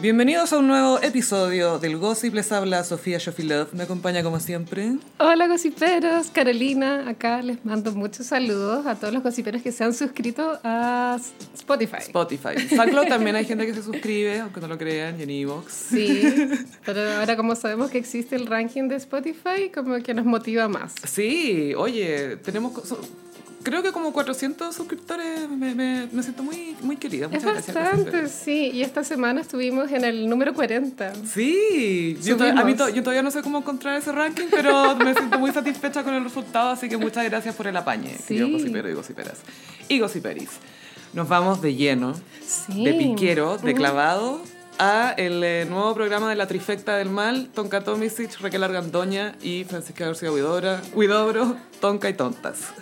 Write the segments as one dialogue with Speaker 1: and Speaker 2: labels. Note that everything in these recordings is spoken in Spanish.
Speaker 1: Bienvenidos a un nuevo episodio del Gossip. Les habla Sofía Shofilov. Me acompaña como siempre.
Speaker 2: Hola gossiperos, Carolina, acá les mando muchos saludos a todos los gossiperos que se han suscrito a Spotify.
Speaker 1: Spotify. SoundCloud también hay gente que se suscribe, aunque no lo crean, y en Evox.
Speaker 2: Sí, pero ahora como sabemos que existe el ranking de Spotify, como que nos motiva más.
Speaker 1: Sí, oye, tenemos... co- so- creo que como 400 suscriptores. Me, me- me siento muy, muy querida.
Speaker 2: Es
Speaker 1: Muchas gracias.
Speaker 2: bastante,
Speaker 1: gracias.
Speaker 2: sí, y esta semana estuvimos en el número 40.
Speaker 1: Sí, yo, to- a mí to-
Speaker 2: Subimos.
Speaker 1: yo todavía no sé cómo encontrar ese ranking, pero me siento muy satisfecha con el resultado, así que muchas gracias por el apañe,
Speaker 2: Sí.
Speaker 1: queridos gossiperos y gossiperas. Y gossiperis. Nos vamos de lleno.
Speaker 2: Sí.
Speaker 1: de piquero, de clavado, a el eh, nuevo programa de la trifecta del mal, Tonka Tomisic, Raquel Argandoña y Francisca García Huidobro, Huidobro Tonka y Tontas.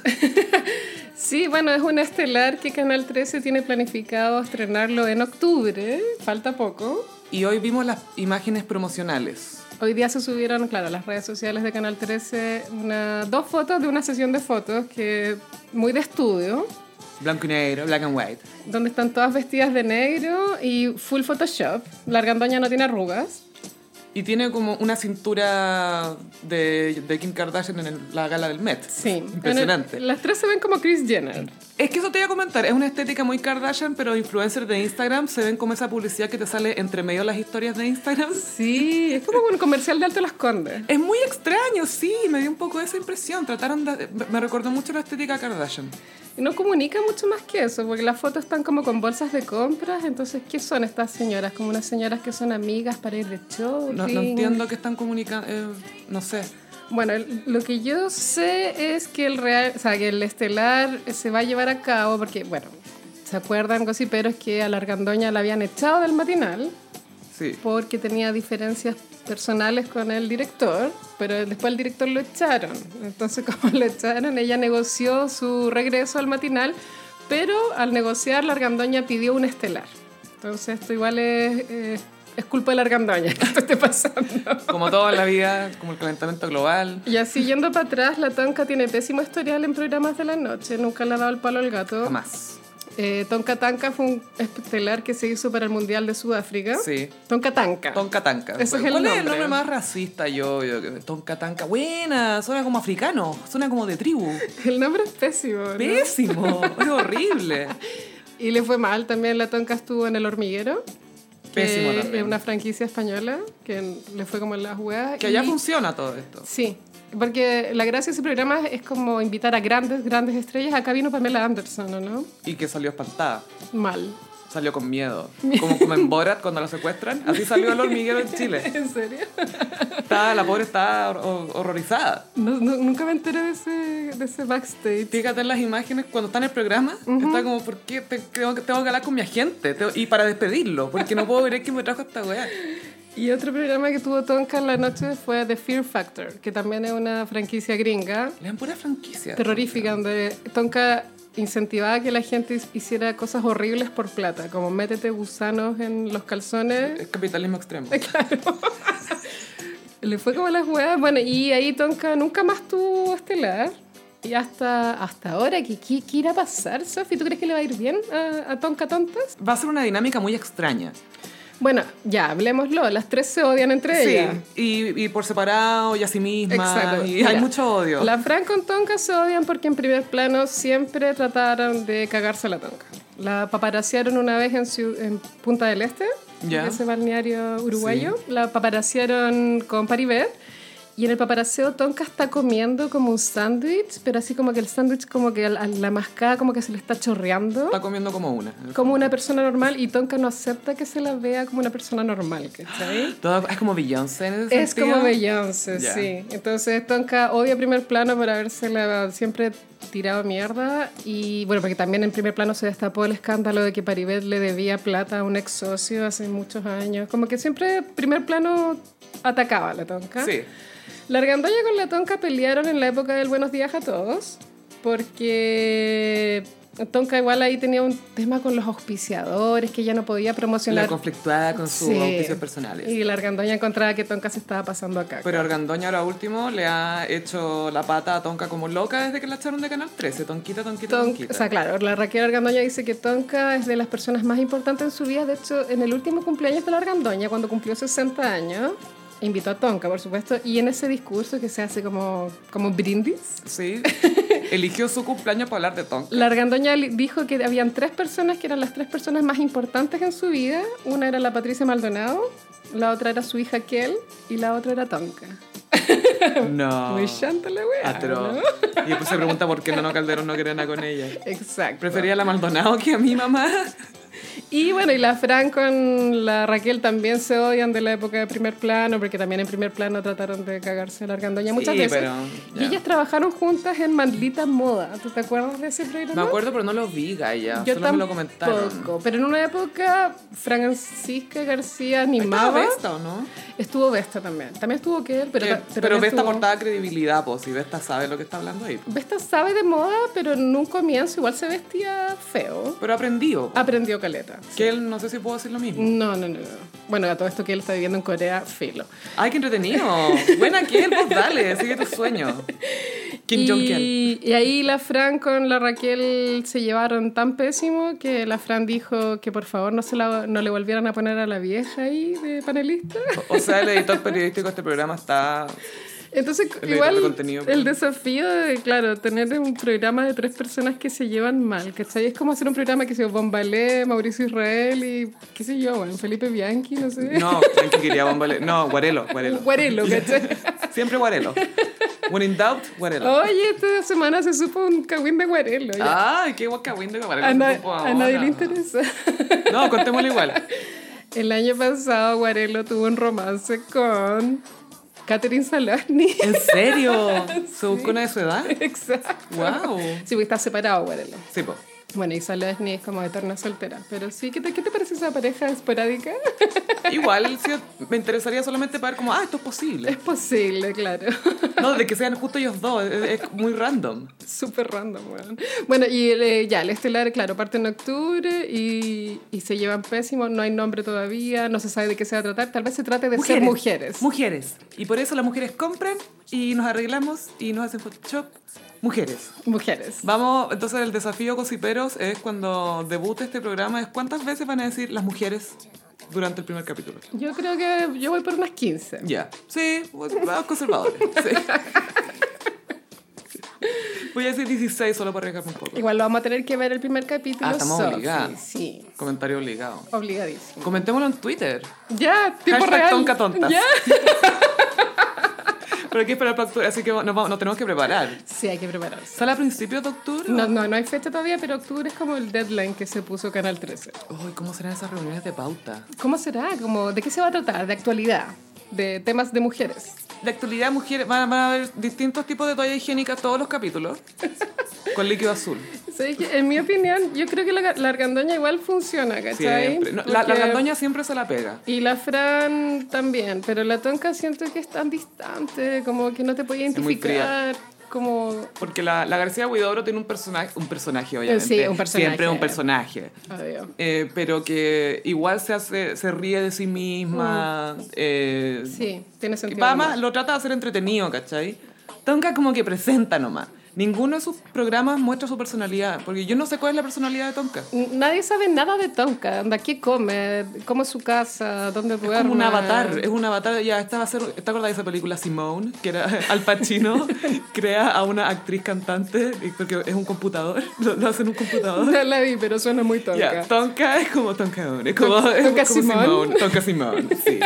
Speaker 2: Sí, bueno, es un estelar que Canal 13 tiene planificado estrenarlo en octubre, falta poco.
Speaker 1: Y hoy vimos las imágenes promocionales.
Speaker 2: Hoy día se subieron, claro, a las redes sociales de Canal 13 una- dos fotos de una sesión de fotos que muy de estudio,
Speaker 1: Blanco y negro, black and white.
Speaker 2: donde están todas vestidas de negro y full Photoshop. La argandoña no tiene arrugas.
Speaker 1: Y tiene como una cintura de, de Kim Kardashian en el- la gala del Met.
Speaker 2: Sí.
Speaker 1: Impresionante.
Speaker 2: Bueno, las tres se ven como Chris Jenner.
Speaker 1: Es que eso te iba a comentar, es una estética muy Kardashian, pero influencers de Instagram se ven como esa publicidad que te sale entre medio de las historias de Instagram.
Speaker 2: Sí, es como un comercial de Alto Las Condes.
Speaker 1: Es muy extraño, sí, me dio un poco esa impresión. Trataron de- me recordó mucho la estética Kardashian.
Speaker 2: Y no comunica mucho más que eso, porque las fotos están como con bolsas de compras. Entonces, ¿qué son estas señoras? Como unas señoras que son amigas para ir de show.
Speaker 1: No, no entiendo que están comunicando, no sé.
Speaker 2: Bueno, el- lo que yo sé es que el real, o sea, que el estelar se va a llevar a cabo porque, bueno, se acuerdan gossiperos que a la Argandoña la habían echado del matinal
Speaker 1: Sí.
Speaker 2: porque tenía diferencias personales con el director, pero después el director lo echaron. Entonces, como lo echaron, ella negoció su regreso al matinal, pero al negociar la Argandoña pidió un estelar. Entonces, esto igual es, eh, es culpa de la Argandoña que esto esté pasando.
Speaker 1: Como toda la vida, como el calentamiento global.
Speaker 2: Y así yendo para atrás, la Tonka tiene pésimo historial en programas de la noche, nunca le ha dado el palo al gato.
Speaker 1: Jamás.
Speaker 2: Eh, Tonka Tanka fue un estelar que se hizo para el Mundial de Sudáfrica.
Speaker 1: Sí.
Speaker 2: Tonka Tanka.
Speaker 1: Tonka Tanka.
Speaker 2: Ese es
Speaker 1: ¿Cuál
Speaker 2: el
Speaker 1: es el
Speaker 2: nombre.
Speaker 1: nombre más racista yo? yo que- Tonka Tanka. Buena, suena como africano, suena como de tribu.
Speaker 2: El nombre es pésimo. ¿no?
Speaker 1: Pésimo, es horrible.
Speaker 2: Y le fue mal también, la Tonka estuvo en El Hormiguero. que
Speaker 1: Pésimo también.
Speaker 2: Es Eh, una franquicia española que le fue como en las huevas.
Speaker 1: Que allá
Speaker 2: y-
Speaker 1: funciona todo esto.
Speaker 2: Sí. Porque la gracia de ese programa es como invitar a grandes, grandes estrellas. Acá vino Pamela Anderson, ¿o ¿no?
Speaker 1: Y que salió espantada.
Speaker 2: Mal.
Speaker 1: Salió con miedo. Como, como en Borat cuando la secuestran. Así salió el hormiguero en Chile.
Speaker 2: ¿En serio?
Speaker 1: Estaba- la pobre estaba hor- horrorizada.
Speaker 2: No, no- nunca me enteré de ese, de ese backstage.
Speaker 1: Fíjate en las imágenes cuando está en el programa, está como, ¿por qué te- tengo, que- tengo que hablar con mi agente? Tengo- y para despedirlo, porque no puedo creer que me trajo esta weá.
Speaker 2: Y otro programa que tuvo Tonka en la noche fue The Fear Factor, que también es una franquicia gringa,
Speaker 1: Le dan pura franquicia.
Speaker 2: terrorífica, donde Tonka incentivaba que la gente hiciera cosas horribles por plata, como métete gusanos en los calzones.
Speaker 1: Es capitalismo extremo.
Speaker 2: Le fue como las huevas. Bueno, y ahí Tonka nunca más tuvo estelar. Y hasta, hasta ahora, ¿qué, qué, qué irá a pasar, Sofi? ¿Tú crees que le va a ir bien a, a Tonka Tontas?
Speaker 1: Va a ser una dinámica muy extraña.
Speaker 2: Bueno, ya, hablemoslo. Las tres se odian entre ellas.
Speaker 1: Y, y por separado y a sí misma.
Speaker 2: Exacto.
Speaker 1: Y
Speaker 2: Mira,
Speaker 1: hay mucho odio.
Speaker 2: La Fran con Tonka se odian porque en primer plano siempre trataron de cagarse a la Tonka. La paparaciaron una vez en, Ciu- en Punta del Este,
Speaker 1: Ya.
Speaker 2: en ese balneario uruguayo. La paparaciaron con Paribet. Y en el paparaceo Tonka está comiendo como un sándwich, pero así como que el sándwich como que a la- a la mascada como que se le está chorreando.
Speaker 1: Está comiendo como una.
Speaker 2: Como una persona normal y Tonka no acepta que se la vea como una persona normal, ¿cachai?
Speaker 1: Todo- es como Beyoncé en ese
Speaker 2: Es
Speaker 1: sentido.
Speaker 2: como Beyoncé,
Speaker 1: Ya.
Speaker 2: sí. Entonces Tonka odia primer plano por habérsela siempre tirado mierda. Y bueno, porque también en primer plano se destapó el escándalo de que Paribet le debía plata a un ex socio hace muchos años. Como que siempre primer plano atacaba a la Tonka.
Speaker 1: Sí.
Speaker 2: La Argandoña con la Tonka pelearon en la época del Buenos Días a Todos porque Tonka igual ahí tenía un tema con los auspiciadores, que ella no podía
Speaker 1: La
Speaker 2: promocionar.
Speaker 1: conflictuada con sus
Speaker 2: Sí.
Speaker 1: auspicios personales.
Speaker 2: Y la argandoña encontraba que Tonka se estaba pasando acá.
Speaker 1: Pero Argandoña, ahora último, le ha hecho la pata a Tonka como loca desde que la echaron de Canal 13. Tonquita, tonquita,
Speaker 2: Tonka-
Speaker 1: tonquita.
Speaker 2: o sea, claro, la Raquel Argandoña dice que Tonka es de las personas más importantes en su vida. De hecho, en el último cumpleaños de la Argandoña, cuando cumplió 60 años, invitó a Tonka, por supuesto, y en ese discurso que se hace como, como brindis,
Speaker 1: Sí. Eligió su cumpleaños para hablar de Tonka.
Speaker 2: la Argandoña li- dijo que habían tres personas que eran las tres personas más importantes en su vida. Una era la Patricia Maldonado, la otra era su hija Kel y la otra era Tonka.
Speaker 1: No.
Speaker 2: Muy chanta la wea,
Speaker 1: Atro.
Speaker 2: ¿no?
Speaker 1: Y después se pregunta por qué Nono Calderón no quería nada con ella.
Speaker 2: Exacto.
Speaker 1: Prefería a la Maldonado que a mi mamá.
Speaker 2: Y bueno, y la Fran con la Raquel también se odian de la época de primer plano, porque también en primer plano trataron de cagarse a la argandoña muchas
Speaker 1: Sí,
Speaker 2: veces.
Speaker 1: pero,
Speaker 2: Y
Speaker 1: ya.
Speaker 2: ellas trabajaron juntas en Maldita Moda. ¿Tú te acuerdas de ese programa?
Speaker 1: Me acuerdo, pero no lo vi, Gaya.
Speaker 2: Yo
Speaker 1: Solo me lo comentaron.
Speaker 2: tampoco. Pero en una época, Francisca
Speaker 1: ¿Estaba
Speaker 2: García animaba.
Speaker 1: Vesta o no?
Speaker 2: Estuvo Vesta también. También estuvo Kel, pero,
Speaker 1: Que-
Speaker 2: ta-
Speaker 1: pero
Speaker 2: también
Speaker 1: Vesta
Speaker 2: estuvo-
Speaker 1: aportaba credibilidad, pues. Si Vesta sabe lo que está hablando ahí. po.
Speaker 2: Vesta sabe de moda, pero en un comienzo igual se vestía feo.
Speaker 1: Pero aprendió. po.
Speaker 2: Aprendió caleta.
Speaker 1: Que él, no sé si puedo decir lo mismo.
Speaker 2: No, no, no, no. Bueno, a todo esto que él está viviendo en Corea, filo.
Speaker 1: ¡Ay, qué entretenido! Buena, Kiel, pues dale, sigue tu sueño. Kim
Speaker 2: y,
Speaker 1: Jong-kiel.
Speaker 2: y ahí la Fran con la Raquel se llevaron tan pésimo que la Fran dijo que por favor no, se la, no le volvieran a poner a la vieja ahí de panelista.
Speaker 1: O sea, el editor periodístico de este programa está...
Speaker 2: Entonces,
Speaker 1: El
Speaker 2: igual
Speaker 1: editor de contenido.
Speaker 2: el desafío de, claro, tener un programa de tres personas que se llevan mal, ¿cachai? Es como hacer un programa que se Bombalé, Mauricio Israel y qué sé yo, bueno, Felipe Bianchi, no sé.
Speaker 1: No, ¿saben qué quería Bombale? No, Guarelo, Guarelo.
Speaker 2: Guarelo, ¿cachai?
Speaker 1: Siempre Guarelo. When in doubt, Guarelo.
Speaker 2: Oye, esta semana se supo un cagüín de Guarelo. ya.
Speaker 1: ¡Ay, qué guaca window que Guarelo!
Speaker 2: a,
Speaker 1: Ah, se
Speaker 2: na-
Speaker 1: supo
Speaker 2: a
Speaker 1: ahora.
Speaker 2: nadie le interesa.
Speaker 1: No, contémoslo igual.
Speaker 2: El año pasado Guarelo tuvo un romance con Catherine Salani.
Speaker 1: ¿En serio? ¿Se buscó una de su edad?
Speaker 2: Exacto.
Speaker 1: ¡Wow!
Speaker 2: Sí, porque está separado Guarelo.
Speaker 1: Sí, po.
Speaker 2: Bueno, y Salani es como eterna soltera. Pero sí, ¿qué te, qué te parece esa pareja esporádica?
Speaker 1: Igual sí, me interesaría solamente para ver como, ah, esto es
Speaker 2: Es
Speaker 1: posible.
Speaker 2: posible, claro.
Speaker 1: No, de que sean justo ellos dos, es, es muy random.
Speaker 2: Súper random, weón. Bueno, y eh, ya, el estelar, claro, parte en octubre y, y se llevan pésimo. No hay nombre todavía, no se sabe de qué se va a tratar. Tal vez se trate de ser mujeres.
Speaker 1: Mujeres. Y por eso las mujeres compran y nos arreglamos y nos hacen Photoshop. Mujeres.
Speaker 2: Mujeres.
Speaker 1: Vamos, entonces el desafío Cosiperos es cuando debute este programa, es cuántas veces van a decir las mujeres durante el primer capítulo.
Speaker 2: Yo creo que yo voy por unas 15.
Speaker 1: Ya. Sí, pues, vamos conservadores. Sí. Voy a decir 16 solo para arriesgarme un poco.
Speaker 2: Igual lo vamos a tener que ver el primer capítulo.
Speaker 1: Ah, estamos
Speaker 2: Sofi,
Speaker 1: obligadas.
Speaker 2: Sí,
Speaker 1: Comentario obligado.
Speaker 2: obligadísimo.
Speaker 1: Comentémoslo en Twitter.
Speaker 2: Ya, tiempo
Speaker 1: Hashtag
Speaker 2: real.
Speaker 1: tonca tontas.
Speaker 2: Ya.
Speaker 1: Pero hay que esperar para octubre, así que nos, vamos- nos tenemos que preparar.
Speaker 2: Sí, hay que prepararse.
Speaker 1: ¿Sale a principios de octubre?
Speaker 2: No, no, no hay fecha todavía, pero octubre es como el deadline que se puso Canal 13.
Speaker 1: Uy, ¿cómo serán esas reuniones de pauta?
Speaker 2: ¿Cómo será? Como, ¿De qué se va a tratar? ¿De actualidad? ¿De temas de mujeres?
Speaker 1: De actualidad, mujeres, van, van a haber distintos tipos de toalla higiénica todos los capítulos. con líquido azul.
Speaker 2: ¿Sabes qué? En mi opinión, yo creo que la, la argandoña igual funciona, ¿cachai?
Speaker 1: Siempre. No, la, la
Speaker 2: Porque-
Speaker 1: Landoña siempre se la pega.
Speaker 2: Y la Fran también, pero la Tonka siento que es tan distante, como que no te podía
Speaker 1: muy fría.
Speaker 2: identificar, como
Speaker 1: Porque la, la García Huidobro tiene un personaje, un personaje obviamente.
Speaker 2: sí, un personaje.
Speaker 1: Siempre un personaje.
Speaker 2: Adiós.
Speaker 1: Eh, pero que igual se hace, se ríe de sí misma. eh,
Speaker 2: Mm. Sí, tiene
Speaker 1: y
Speaker 2: sentido.
Speaker 1: Pama lo trata de hacer entretenido, ¿cachai? Tonka como que presenta nomás. Ninguno de sus programas muestra su personalidad, porque yo no sé cuál es la personalidad de Tonka.
Speaker 2: Nadie sabe nada de Tonka, anda, qué come, cómo es su casa, dónde duerme.
Speaker 1: Es como un avatar, es un avatar. Ya, esta va a ser. ¿Te acuerdas de esa película Simone? Que era Al Pacino, crea a una actriz cantante, y- porque es un computador, lo, lo hace en un computador.
Speaker 2: No la vi, pero suena muy Tonka.
Speaker 1: Ya, Tonka es como Tonka Don, es como, es
Speaker 2: Tonka
Speaker 1: como
Speaker 2: Simone.
Speaker 1: Tonka Simone, sí.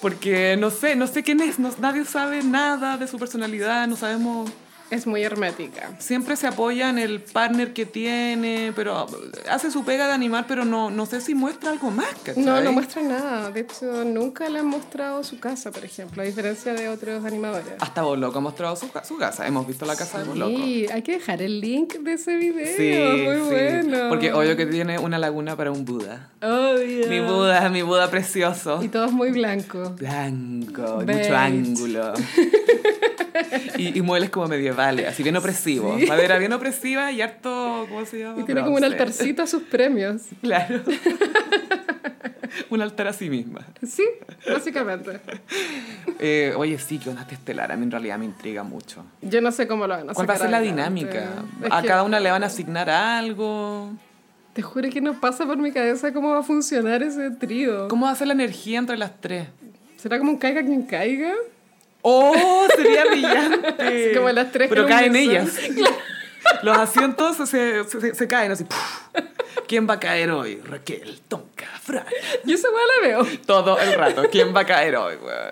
Speaker 1: Porque no sé, no sé quién es, no- nadie sabe nada de su personalidad, no sabemos.
Speaker 2: Es muy hermética.
Speaker 1: Siempre se apoya en el partner que tiene, pero hace su pega de animar, pero no, no sé si muestra algo más, ¿cachai?
Speaker 2: No, no muestra nada. De hecho, nunca le han mostrado su casa, por ejemplo, a diferencia de otros animadores.
Speaker 1: Hasta Boloco ha mostrado su, ca- su casa. Hemos visto la Ah, casa de Boloco.
Speaker 2: Sí, hay que dejar el link de ese video. muy bueno.
Speaker 1: Porque obvio que tiene una laguna para un Buda.
Speaker 2: Obvio.
Speaker 1: Mi Buda, mi Buda precioso.
Speaker 2: Y todo es muy blanco.
Speaker 1: Blanco, y
Speaker 2: Beige.
Speaker 1: mucho ángulo. y, y muebles como medievales, así bien opresivos. Madera bien opresiva y harto, ¿cómo se llama?
Speaker 2: Y tiene como un
Speaker 1: Bronce.
Speaker 2: altarcito a sus premios.
Speaker 1: Claro. un altar a sí misma.
Speaker 2: Sí, básicamente.
Speaker 1: Eh, oye, sí, que una estelar, a mí en realidad me intriga mucho.
Speaker 2: Yo no sé cómo lo van a
Speaker 1: ¿Cuál va a
Speaker 2: sacar
Speaker 1: ser la
Speaker 2: adelante.
Speaker 1: dinámica?
Speaker 2: Es
Speaker 1: ¿A
Speaker 2: que
Speaker 1: cada una le van a asignar algo?
Speaker 2: Te juro que no pasa por mi cabeza cómo va a funcionar ese trío.
Speaker 1: ¿Cómo va a ser la energía entre las tres?
Speaker 2: ¿Será como un caiga quien caiga?
Speaker 1: ¡Oh! Sería brillante.
Speaker 2: Así como las tres
Speaker 1: Pero
Speaker 2: con un
Speaker 1: caen
Speaker 2: beso.
Speaker 1: ellas. Los asientos se, se- se caen así. ¡puf! ¿Quién va a caer hoy? Raquel, Tonka, Fran.
Speaker 2: Yo esa weá la veo.
Speaker 1: Todo el rato. ¿Quién va a caer hoy, weón?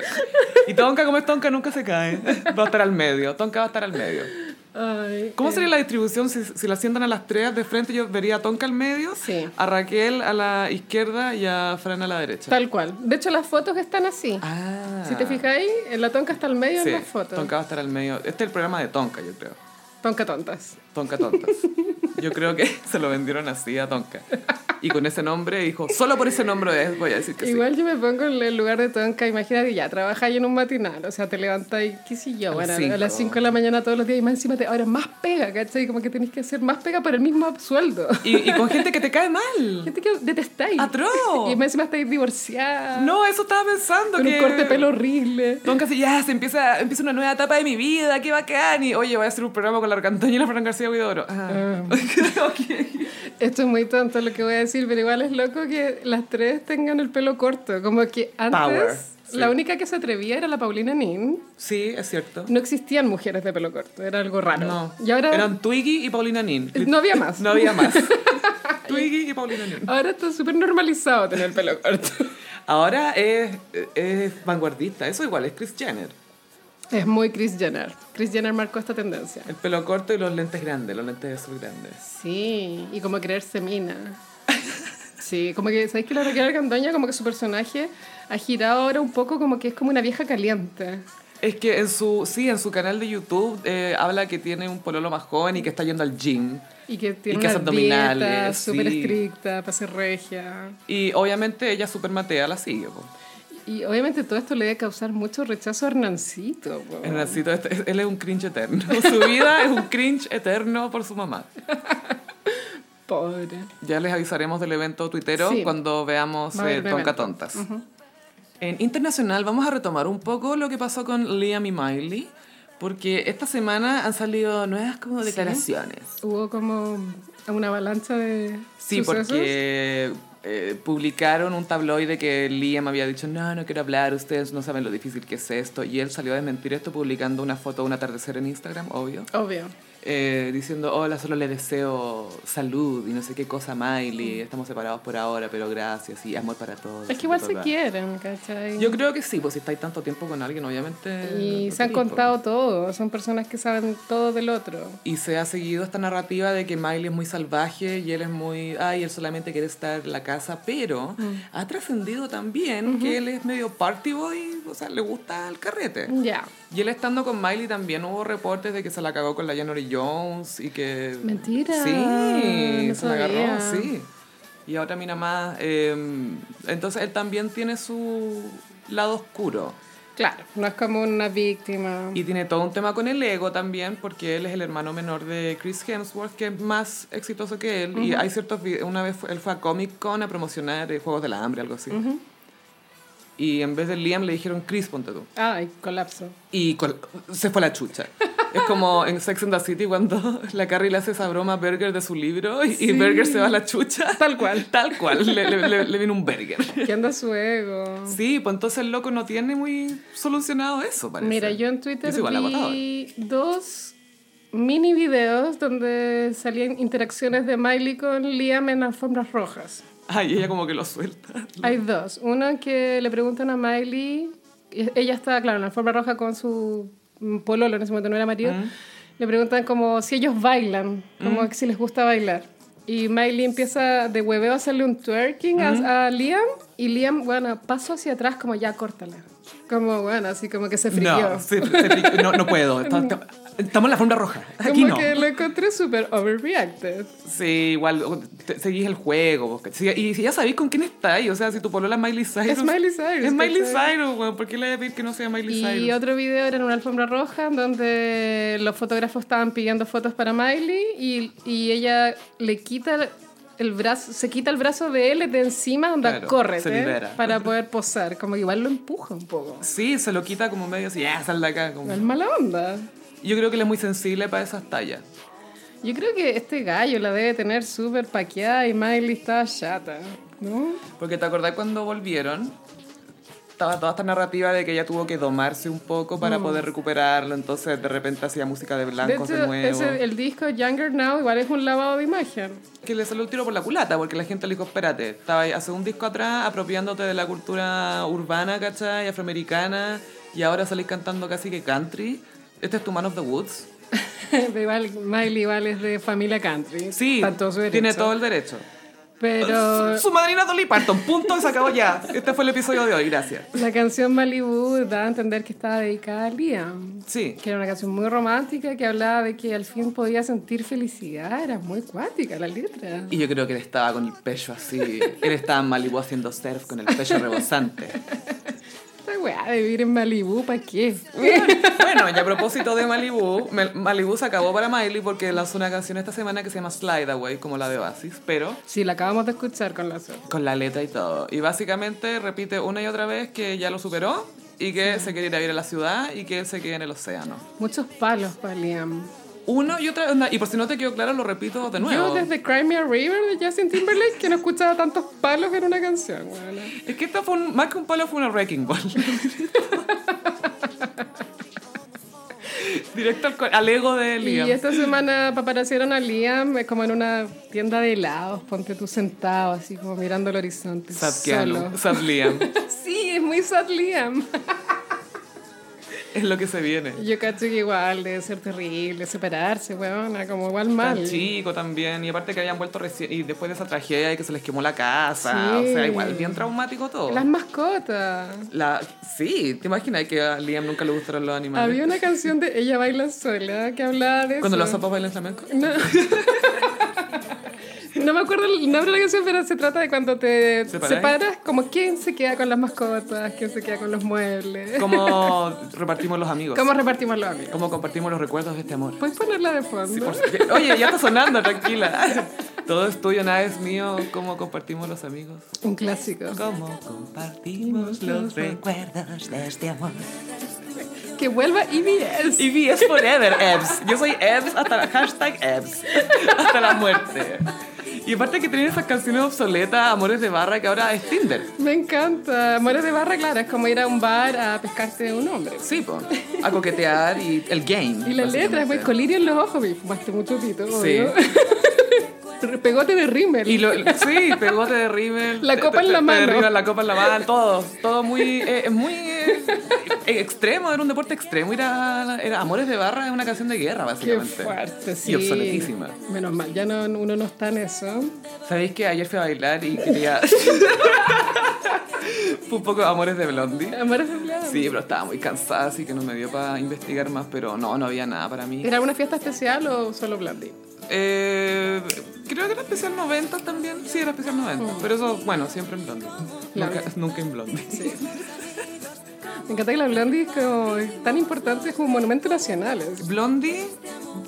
Speaker 1: Y Tonka, como es Tonka, nunca se cae. Va a estar al medio. Tonka va a estar al medio.
Speaker 2: Ay,
Speaker 1: ¿Cómo
Speaker 2: eh,
Speaker 1: sería la distribución si, si la sientan a las tres de frente? Yo vería a Tonka al medio,
Speaker 2: Sí.
Speaker 1: a Raquel a la izquierda y a Fran a la derecha.
Speaker 2: Tal cual. De hecho, las fotos están así.
Speaker 1: Ah.
Speaker 2: Si te fijáis, en la tonca está al medio
Speaker 1: Sí,
Speaker 2: en las fotos.
Speaker 1: Tonka va a estar al medio. Este es el programa de Tonka, yo creo.
Speaker 2: Tonka tontas.
Speaker 1: Tonka Tontas. Yo creo que se lo vendieron así a Tonka. Y con ese nombre dijo, solo por ese nombre es, voy a decir que sí.
Speaker 2: Igual yo me pongo en el lugar de Tonka, imagínate, ya trabajáis en un matinal, o sea, te levantáis, qué sé yo,
Speaker 1: A
Speaker 2: bueno,
Speaker 1: las
Speaker 2: a las
Speaker 1: cinco.
Speaker 2: 5 de la mañana todos los días y más encima te ahora más pega, ¿cachai? Como que tenéis que hacer más pega por el mismo sueldo.
Speaker 1: Y, y con gente que te cae mal.
Speaker 2: Gente que detestáis.
Speaker 1: ¡Atroz!
Speaker 2: Y más encima estáis divorciadas.
Speaker 1: No, eso estaba pensando.
Speaker 2: Con
Speaker 1: que...
Speaker 2: un corte de pelo horrible.
Speaker 1: Tonka así, ya, se empieza, empieza una nueva etapa de mi vida, qué bacán. Y oye, voy a hacer un programa con la Arcantoña y la Fran García Huidoro. Ah. Ok.
Speaker 2: Esto es muy tonto lo que voy a decir, pero igual es loco que las tres tengan el pelo corto. Como que antes,
Speaker 1: Power, sí.
Speaker 2: la única que se atrevía era la Paulina Nin.
Speaker 1: Sí, es cierto.
Speaker 2: No existían mujeres de pelo corto, era algo raro.
Speaker 1: No.
Speaker 2: Y ahora
Speaker 1: Eran Twiggy y Paulina Nin.
Speaker 2: no había más.
Speaker 1: No había más. Twiggy y Paulina Nin.
Speaker 2: Ahora está súper normalizado tener el pelo corto.
Speaker 1: Ahora es, es vanguardista, eso igual, es Chris Jenner.
Speaker 2: Es muy Chris Jenner. Chris Jenner marcó esta tendencia.
Speaker 1: El pelo corto y los lentes grandes, los lentes súper grandes.
Speaker 2: Sí, y como creerse mina. Sí, como que, ¿sabéis que la Raquel Argandoña, como que su personaje ha girado ahora un poco como que es como una vieja caliente?
Speaker 1: Es que en su, sí, en su canal de YouTube eh, habla que tiene un pololo más joven y que está yendo al gym.
Speaker 2: Y que
Speaker 1: Y
Speaker 2: tiene
Speaker 1: que hace
Speaker 2: una
Speaker 1: abdominales,
Speaker 2: dieta súper
Speaker 1: sí.
Speaker 2: estricta para ser regia.
Speaker 1: Y obviamente ella súper matea la sigue. po.
Speaker 2: Y obviamente todo esto le debe causar mucho rechazo a Hernancito. po.
Speaker 1: Hernancito, este- es- él es un cringe eterno. Su vida es un cringe eterno por su mamá.
Speaker 2: Pobre.
Speaker 1: Ya les avisaremos del evento tuitero
Speaker 2: Sí.
Speaker 1: cuando veamos
Speaker 2: Va a haber
Speaker 1: eh, Tonka
Speaker 2: evento.
Speaker 1: Tontas. En internacional vamos a retomar un poco lo que pasó con Liam y Miley, porque esta semana han salido nuevas como declaraciones.
Speaker 2: Hubo como una avalancha de
Speaker 1: Sí,
Speaker 2: sucesos.
Speaker 1: porque eh, publicaron un tabloide que Liam había dicho, no, no quiero hablar, ustedes no saben lo difícil que es esto, y él salió a desmentir esto publicando una foto de un atardecer en Instagram, obvio.
Speaker 2: Obvio.
Speaker 1: eh, diciendo, hola, solo le deseo salud y no sé qué cosa, a Miley, estamos separados por ahora, pero gracias y amor para todos.
Speaker 2: Es que igual
Speaker 1: bla,
Speaker 2: se
Speaker 1: bla, bla".
Speaker 2: quieren, ¿cachai?
Speaker 1: Yo creo que sí, pues si estáis tanto tiempo con alguien, obviamente...
Speaker 2: y
Speaker 1: lo
Speaker 2: se han
Speaker 1: querís,
Speaker 2: contado todo, son personas que saben todo del otro.
Speaker 1: po. Y se ha seguido esta narrativa de que Miley es muy salvaje y él es muy... Ay, él solamente quiere estar en la casa, pero
Speaker 2: Mm.
Speaker 1: ha trascendido también que él es medio party boy, o sea, le gusta el carrete.
Speaker 2: Ya.
Speaker 1: Y él estando con Miley también hubo reportes de que se la cagó con la January Jones y que...
Speaker 2: Mentira,
Speaker 1: Sí,
Speaker 2: no
Speaker 1: se la agarró,
Speaker 2: sabía.
Speaker 1: sí. Y ahora mira más... eh, entonces él también tiene su lado oscuro.
Speaker 2: Claro, no es como una víctima.
Speaker 1: Y tiene todo un tema con el ego también, porque él es el hermano menor de Chris Hemsworth, que es más exitoso que él. Y hay ciertos videos, una vez fue- él fue a Comic Con a promocionar eh, Juegos del Hambre, algo así. Y en vez de Liam le dijeron, Chris, ponte tú.
Speaker 2: Ay, colapso.
Speaker 1: Y col- se fue la chucha. Es como en Sex and the City cuando la Carrie le hace esa broma a Berger de su libro y, y
Speaker 2: Sí.
Speaker 1: Berger se va a la chucha.
Speaker 2: Tal cual.
Speaker 1: Tal cual, le, le, le- le viene un Berger.
Speaker 2: ¿Qué anda su ego?
Speaker 1: Sí, pues entonces el loco no tiene muy solucionado eso, parece.
Speaker 2: Mira, yo en
Speaker 1: Es
Speaker 2: Twitter
Speaker 1: igual agotador.
Speaker 2: vi dos mini videos donde salían interacciones de Miley con Liam en alfombras rojas.
Speaker 1: Ay, ella como que lo suelta.
Speaker 2: Hay dos. Uno en que le preguntan a Miley, y ella está, claro, en la forma roja con su mm, pololo, en ese momento no era marido,
Speaker 3: Mm.
Speaker 2: le preguntan como si ellos bailan, como que si les gusta bailar. Y Miley empieza de hueveo a hacerle un twerking
Speaker 3: Mm.
Speaker 2: a- a, Liam, y Liam, bueno, paso hacia atrás como ya, córtala. Como, bueno, así como que se friqueó.
Speaker 1: No, se- se friqueó. no, no puedo. Está- está-
Speaker 3: Estamos en la forma roja. Aquí
Speaker 2: Como
Speaker 3: no.
Speaker 2: que lo encontré súper overreacted.
Speaker 1: Sí, igual o te- seguís el juego. vos, ¿cachai? Si- y si ya sabís con quién estáis, o sea, si tu polola es Miley Cyrus.
Speaker 2: Es Miley Cyrus,
Speaker 1: Es Miley
Speaker 2: ¿cachai?
Speaker 1: Cyrus, weón. ¿Por qué le voy a pedir que no sea Miley
Speaker 2: Y
Speaker 1: Cyrus?
Speaker 2: otro video era en una alfombra roja en donde los fotógrafos estaban pidiendo fotos para Miley y, y ella le quita el brazo, se quita el brazo de él de encima, onda,
Speaker 1: Claro,
Speaker 2: córrete,
Speaker 1: se libera.
Speaker 2: para poder posar. Como que igual lo empuja un poco.
Speaker 1: Sí, se lo quita como medio así, ya, sal de acá. como-
Speaker 2: Es mala onda.
Speaker 1: Yo creo que él es muy sensible para esas tallas.
Speaker 2: Yo creo que este gallo la debe tener súper paqueada y Miley está chata, ¿no?
Speaker 1: Porque te acordás cuando volvieron, estaba toda esta narrativa de que ella tuvo que domarse un poco para poder recuperarlo, entonces de repente hacía música de
Speaker 2: Mm. De
Speaker 1: blancos de,
Speaker 2: hecho,
Speaker 1: nuevo.
Speaker 2: ese- el disco Younger Now igual es un lavado de imagen.
Speaker 1: Que le salió un tiro por la culata, porque la gente le dijo, espérate, estaba ahí hace un disco atrás apropiándote de la cultura urbana, ¿cachai? Afroamericana, y ahora salís cantando casi que country. Este es tu Man of the Woods.
Speaker 2: Pero igual, Miley igual es de familia country.
Speaker 1: Sí,
Speaker 2: Está en todo su derecho.
Speaker 1: tiene todo el derecho.
Speaker 2: Pero
Speaker 1: Su, su madrina Dolly Parton, punto, y se acabó ya. Este fue el episodio de hoy, gracias.
Speaker 2: la canción Malibu da a entender que estaba dedicada a Liam.
Speaker 1: Sí,
Speaker 2: Que era una canción muy romántica que hablaba de que al fin podía sentir felicidad. Era muy cuática la letra.
Speaker 1: Y yo creo que él estaba con el pecho así. Él estaba en Malibu haciendo surf con el pecho rebosante.
Speaker 2: Esta weá de vivir en Malibu, ¿para qué?
Speaker 1: Bueno, y a propósito de Malibu, Mel- Malibu se acabó para Miley porque lanzó una canción esta semana que se llama Slide Away, como la de Oasis, pero
Speaker 2: Sí, la acabamos de escuchar con la suerte.
Speaker 1: con la letra y todo. Y básicamente repite una y otra vez que ya lo superó y que se quiere ir a vivir a la ciudad y que él se quede en el océano.
Speaker 2: Muchos palos para Liam.
Speaker 1: Uno y otra, onda, y por si no te quedó claro, lo repito de nuevo.
Speaker 2: Yo desde Cry Me a River de Justin Timberlake que no escuchaba tantos palos en una canción. weona.
Speaker 1: Es que esta fue un- más que un palo, fue una wrecking ball. Directo al, co- al ego de Liam.
Speaker 2: Y esta semana paparacieron a Liam eh, como en una tienda de helados, ponte tú sentado así como mirando el horizonte.
Speaker 1: Sad
Speaker 2: solo.
Speaker 1: Keanu, sad Liam.
Speaker 2: Sí, es muy sad Liam.
Speaker 1: Es lo que se viene.
Speaker 2: Yo cacho que igual debe ser terrible separarse, weona, como igual mal.
Speaker 1: Tan chico también. Y aparte que habían vuelto recién. Y después de esa tragedia y que se les quemó la casa.
Speaker 2: Sí.
Speaker 1: O sea, igual, bien traumático todo.
Speaker 2: Las mascotas.
Speaker 1: La- sí, ¿te imaginas que a Liam nunca le gustaron los animales?
Speaker 2: Había una canción de Ella baila sola que hablaba de
Speaker 1: Cuando
Speaker 2: eso.
Speaker 1: los sapos bailan flamenco.
Speaker 2: No. No me acuerdo el nombre de la canción, pero se trata de cuando te
Speaker 1: ¿Separáis?
Speaker 2: separas, como quién se queda con las mascotas, quién se queda con los muebles,
Speaker 1: ¿Cómo repartimos los amigos?
Speaker 2: cómo repartimos los amigos.
Speaker 1: ¿Cómo compartimos los recuerdos de este amor?
Speaker 2: ¿Puedes ponerla de fondo?
Speaker 1: Sí, por su- Oye, ya está sonando, tranquila. Todo es tuyo, nada es mío. ¿Cómo compartimos los amigos?
Speaker 2: Un clásico.
Speaker 1: ¿Cómo compartimos los recuerdos de este amor?
Speaker 2: Que vuelva E EBS.
Speaker 1: Y vi, es forever, Ebs. Yo soy Ebs hasta la hashtag Ebs. Hasta la muerte. Y aparte que tienen esas canciones obsoletas, amores de barra, que ahora es Tinder.
Speaker 2: Me encanta. Amores de barra, claro, es como ir a un bar a pescarte un hombre.
Speaker 1: Sí, po. A coquetear y el game.
Speaker 2: Y la letra es muy
Speaker 1: básicamente.
Speaker 2: colirio en los ojos, me fumaste mucho pito,
Speaker 1: Sí.
Speaker 2: obvio. Pegote de rímel.
Speaker 1: Y lo, sí, pegote de rímel.
Speaker 2: La
Speaker 1: te-
Speaker 2: copa
Speaker 1: te-
Speaker 2: en la
Speaker 1: te
Speaker 2: mano.
Speaker 1: derriban la copa en la mano, todo. Todo muy, eh, muy eh, eh, extremo, era un deporte extremo. Era, era Amores de Barra es una canción de guerra,
Speaker 2: Qué
Speaker 1: básicamente.
Speaker 2: fuerte, sí.
Speaker 1: Y obsoletísima.
Speaker 2: Menos mal, ya no, uno no está en eso.
Speaker 1: ¿Sabéis que ayer fui a bailar y quería... Fue un poco Amores de Blondie.
Speaker 2: Amores de Blanc.
Speaker 1: Sí, pero estaba muy cansada, así que no me dio para investigar más, pero no, no había nada para mí.
Speaker 2: ¿Era una fiesta especial o solo Blondie?
Speaker 1: Eh, creo que era especial 90 también. Sí, era especial 90. Pero eso, bueno, siempre en blondie.
Speaker 2: Claro.
Speaker 1: Nunca, nunca en blondie.
Speaker 2: Me encanta que la Blondie es como tan importante como monumento nacional. es-
Speaker 1: Blondie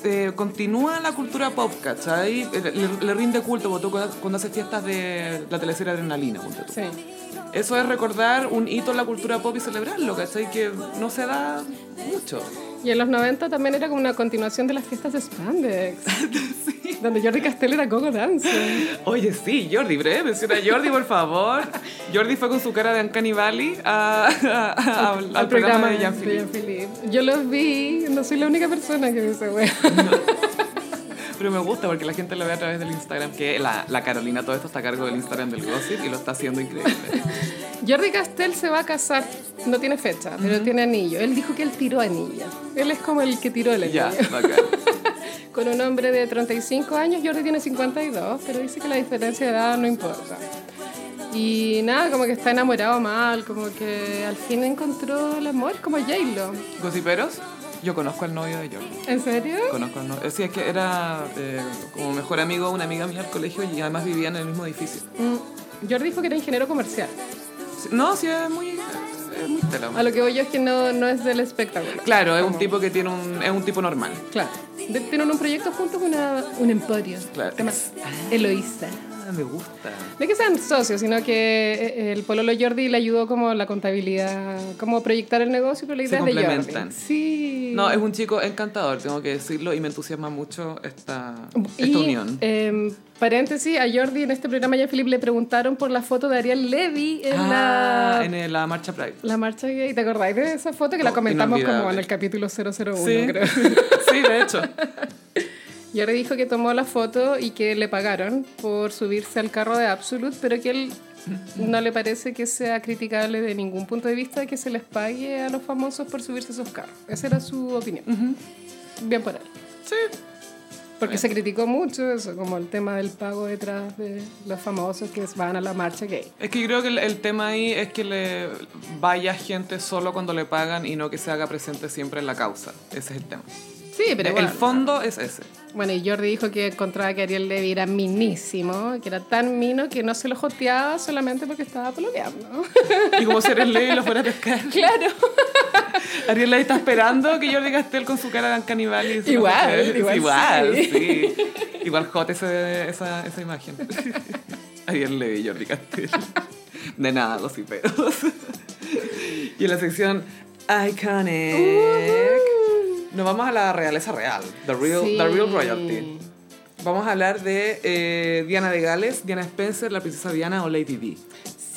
Speaker 1: eh, continúa la cultura pop, ¿cachai? Eh, Le, le rinde culto porque tú cuando, cuando haces fiestas de la teleserie Adrenalina. ponte tú.
Speaker 2: Sí.
Speaker 1: Eso es recordar un hito en la cultura pop y celebrarlo, ¿cachai? Que no se da mucho.
Speaker 2: Y en los 90 también era como una continuación de las fiestas de Spandex. Donde Jordi Castell era Gogo Dance.
Speaker 1: Oye, sí, Jordi, breve, menciona a Jordi, por favor. Jordi fue con su cara de Uncanny Valley a- a- a- al, al programa de Jean-Philippe.
Speaker 2: Jean-Philippe. Yo los vi, no soy la única persona que me dice, wea.
Speaker 1: Pero me gusta porque la gente lo ve a través del Instagram, que la, la Carolina todo esto está a cargo del Instagram del Gossip y lo está haciendo increíble.
Speaker 2: Jordi Castell se va a casar, no tiene fecha, pero tiene anillo. Él dijo que él tiró anillo. Él es como el que tiró el anillo.
Speaker 1: ya, bacán.
Speaker 2: Con un hombre de 35 años, Jordi tiene 52, pero dice que la diferencia de edad no importa. Y nada, como que está enamorado mal, como que al fin encontró el amor, como J-Lo.
Speaker 1: ¿Gossiperos? Yo conozco al novio de Jordan.
Speaker 2: ¿En serio?
Speaker 1: Conozco al novio. Sí, es que era eh, como mejor amigo de una amiga mía del colegio y además vivían en el mismo edificio.
Speaker 2: Mm, Jordi dijo que era ingeniero comercial.
Speaker 1: Sí, No, sí, es muy. Es muy tela.
Speaker 2: A lo que voy yo es que no, no es del espectáculo.
Speaker 1: Claro, es un
Speaker 2: Como-
Speaker 1: tipo que tiene un. Es un tipo normal.
Speaker 2: Claro. De- tienen un proyecto juntos, una, un emporio.
Speaker 1: Claro.
Speaker 2: Se llama Eloísa.
Speaker 1: Ah, me gusta.
Speaker 2: No es que sean socios, sino que eh, el pololo Jordi le ayudó como la contabilidad, como proyectar el negocio, pero
Speaker 1: Se
Speaker 2: la idea es de Jordi.
Speaker 1: complementan.
Speaker 2: Sí.
Speaker 1: No, es un chico encantador, tengo que decirlo, y me entusiasma mucho esta, esta
Speaker 2: Y,
Speaker 1: unión.
Speaker 2: em, paréntesis, a Jordi en este programa ya Philip le preguntaron por la foto de Ariel Levy en
Speaker 1: Ah,
Speaker 2: la...
Speaker 1: en el- la marcha Pride.
Speaker 2: La marcha gay, ¿te acordáis de esa foto que la
Speaker 1: Oh,
Speaker 2: comentamos como en
Speaker 1: inolvidable.
Speaker 2: el capítulo 001,
Speaker 1: Sí.
Speaker 2: creo?
Speaker 1: Sí, de hecho.
Speaker 2: Jordi dijo que tomó la foto y que le pagaron por subirse al carro de Absolute, pero que él no le parece que sea criticable de ningún punto de vista que se les pague a los famosos por subirse a esos carros. Esa era su opinión. Bien por él.
Speaker 1: Sí.
Speaker 2: Porque se criticó mucho eso, como el tema del pago detrás de los famosos que van a la marcha gay.
Speaker 1: Es que yo creo que el, el tema ahí es que le vaya gente solo cuando le pagan y no que se haga presente siempre en la causa. Ese es el tema.
Speaker 2: Sí,
Speaker 1: el
Speaker 2: pero igual. ah.
Speaker 1: fondo es ese.
Speaker 2: Bueno, y Jordi dijo que encontraba que Ariel Levy era minísimo, que era tan mino que no se lo joteaba solamente porque estaba pololeando.
Speaker 1: Y como si eres ley y lo fuera a pescar.
Speaker 2: Claro.
Speaker 1: Ariel ahí está esperando que yo le gaste él con su cara de caníbal. Y se lo
Speaker 2: Igual,
Speaker 1: mujer.
Speaker 2: igual,
Speaker 1: Igual,
Speaker 2: sí.
Speaker 1: sí. Igual hot ese- esa, esa imagen. Ariel Levy, Jordi Castel. De nada, los hiperos. Y en la sección Iconic. Nos vamos a la realeza real. The Real,
Speaker 2: Sí.
Speaker 1: the real Royalty. Vamos a hablar de eh, Diana de Gales, Diana Spencer, la princesa Diana o Lady D.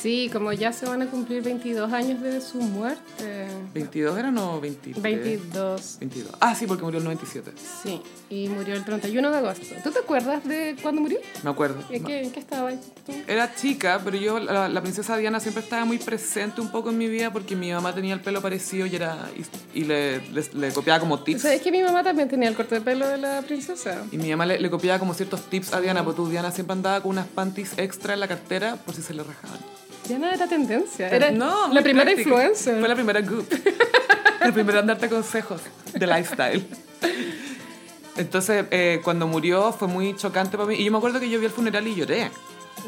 Speaker 2: Sí, como ya se van a cumplir 22 años desde su muerte.
Speaker 1: ¿22 eran o 23?
Speaker 2: 22.
Speaker 1: 22. Ah, sí, porque murió el 97.
Speaker 2: Sí, y murió el 31 de agosto. ¿Tú te acuerdas de cuándo murió?
Speaker 1: Me acuerdo.
Speaker 2: ¿En qué, en qué estaba ahí tú?
Speaker 1: Era chica, pero yo, la, la princesa Diana siempre estaba muy presente un poco en mi vida porque mi mamá tenía el pelo parecido y, era, y, y le, le- le copiaba como tips.
Speaker 2: ¿Sabes que mi mamá también tenía el corte de pelo de la princesa?
Speaker 1: Y mi mamá le, le copiaba como ciertos tips a Diana, porque tú, Diana siempre andaba con unas panties extra en la cartera por si se le rajaban.
Speaker 2: Ya no era tendencia. Era
Speaker 1: No,
Speaker 2: la
Speaker 1: muy
Speaker 2: primera
Speaker 1: práctica.
Speaker 2: influencer.
Speaker 1: Fue la primera goop. la primera en darte consejos de lifestyle. Entonces, eh, cuando murió fue muy chocante para mí. Y yo me acuerdo que yo vi el funeral y lloré.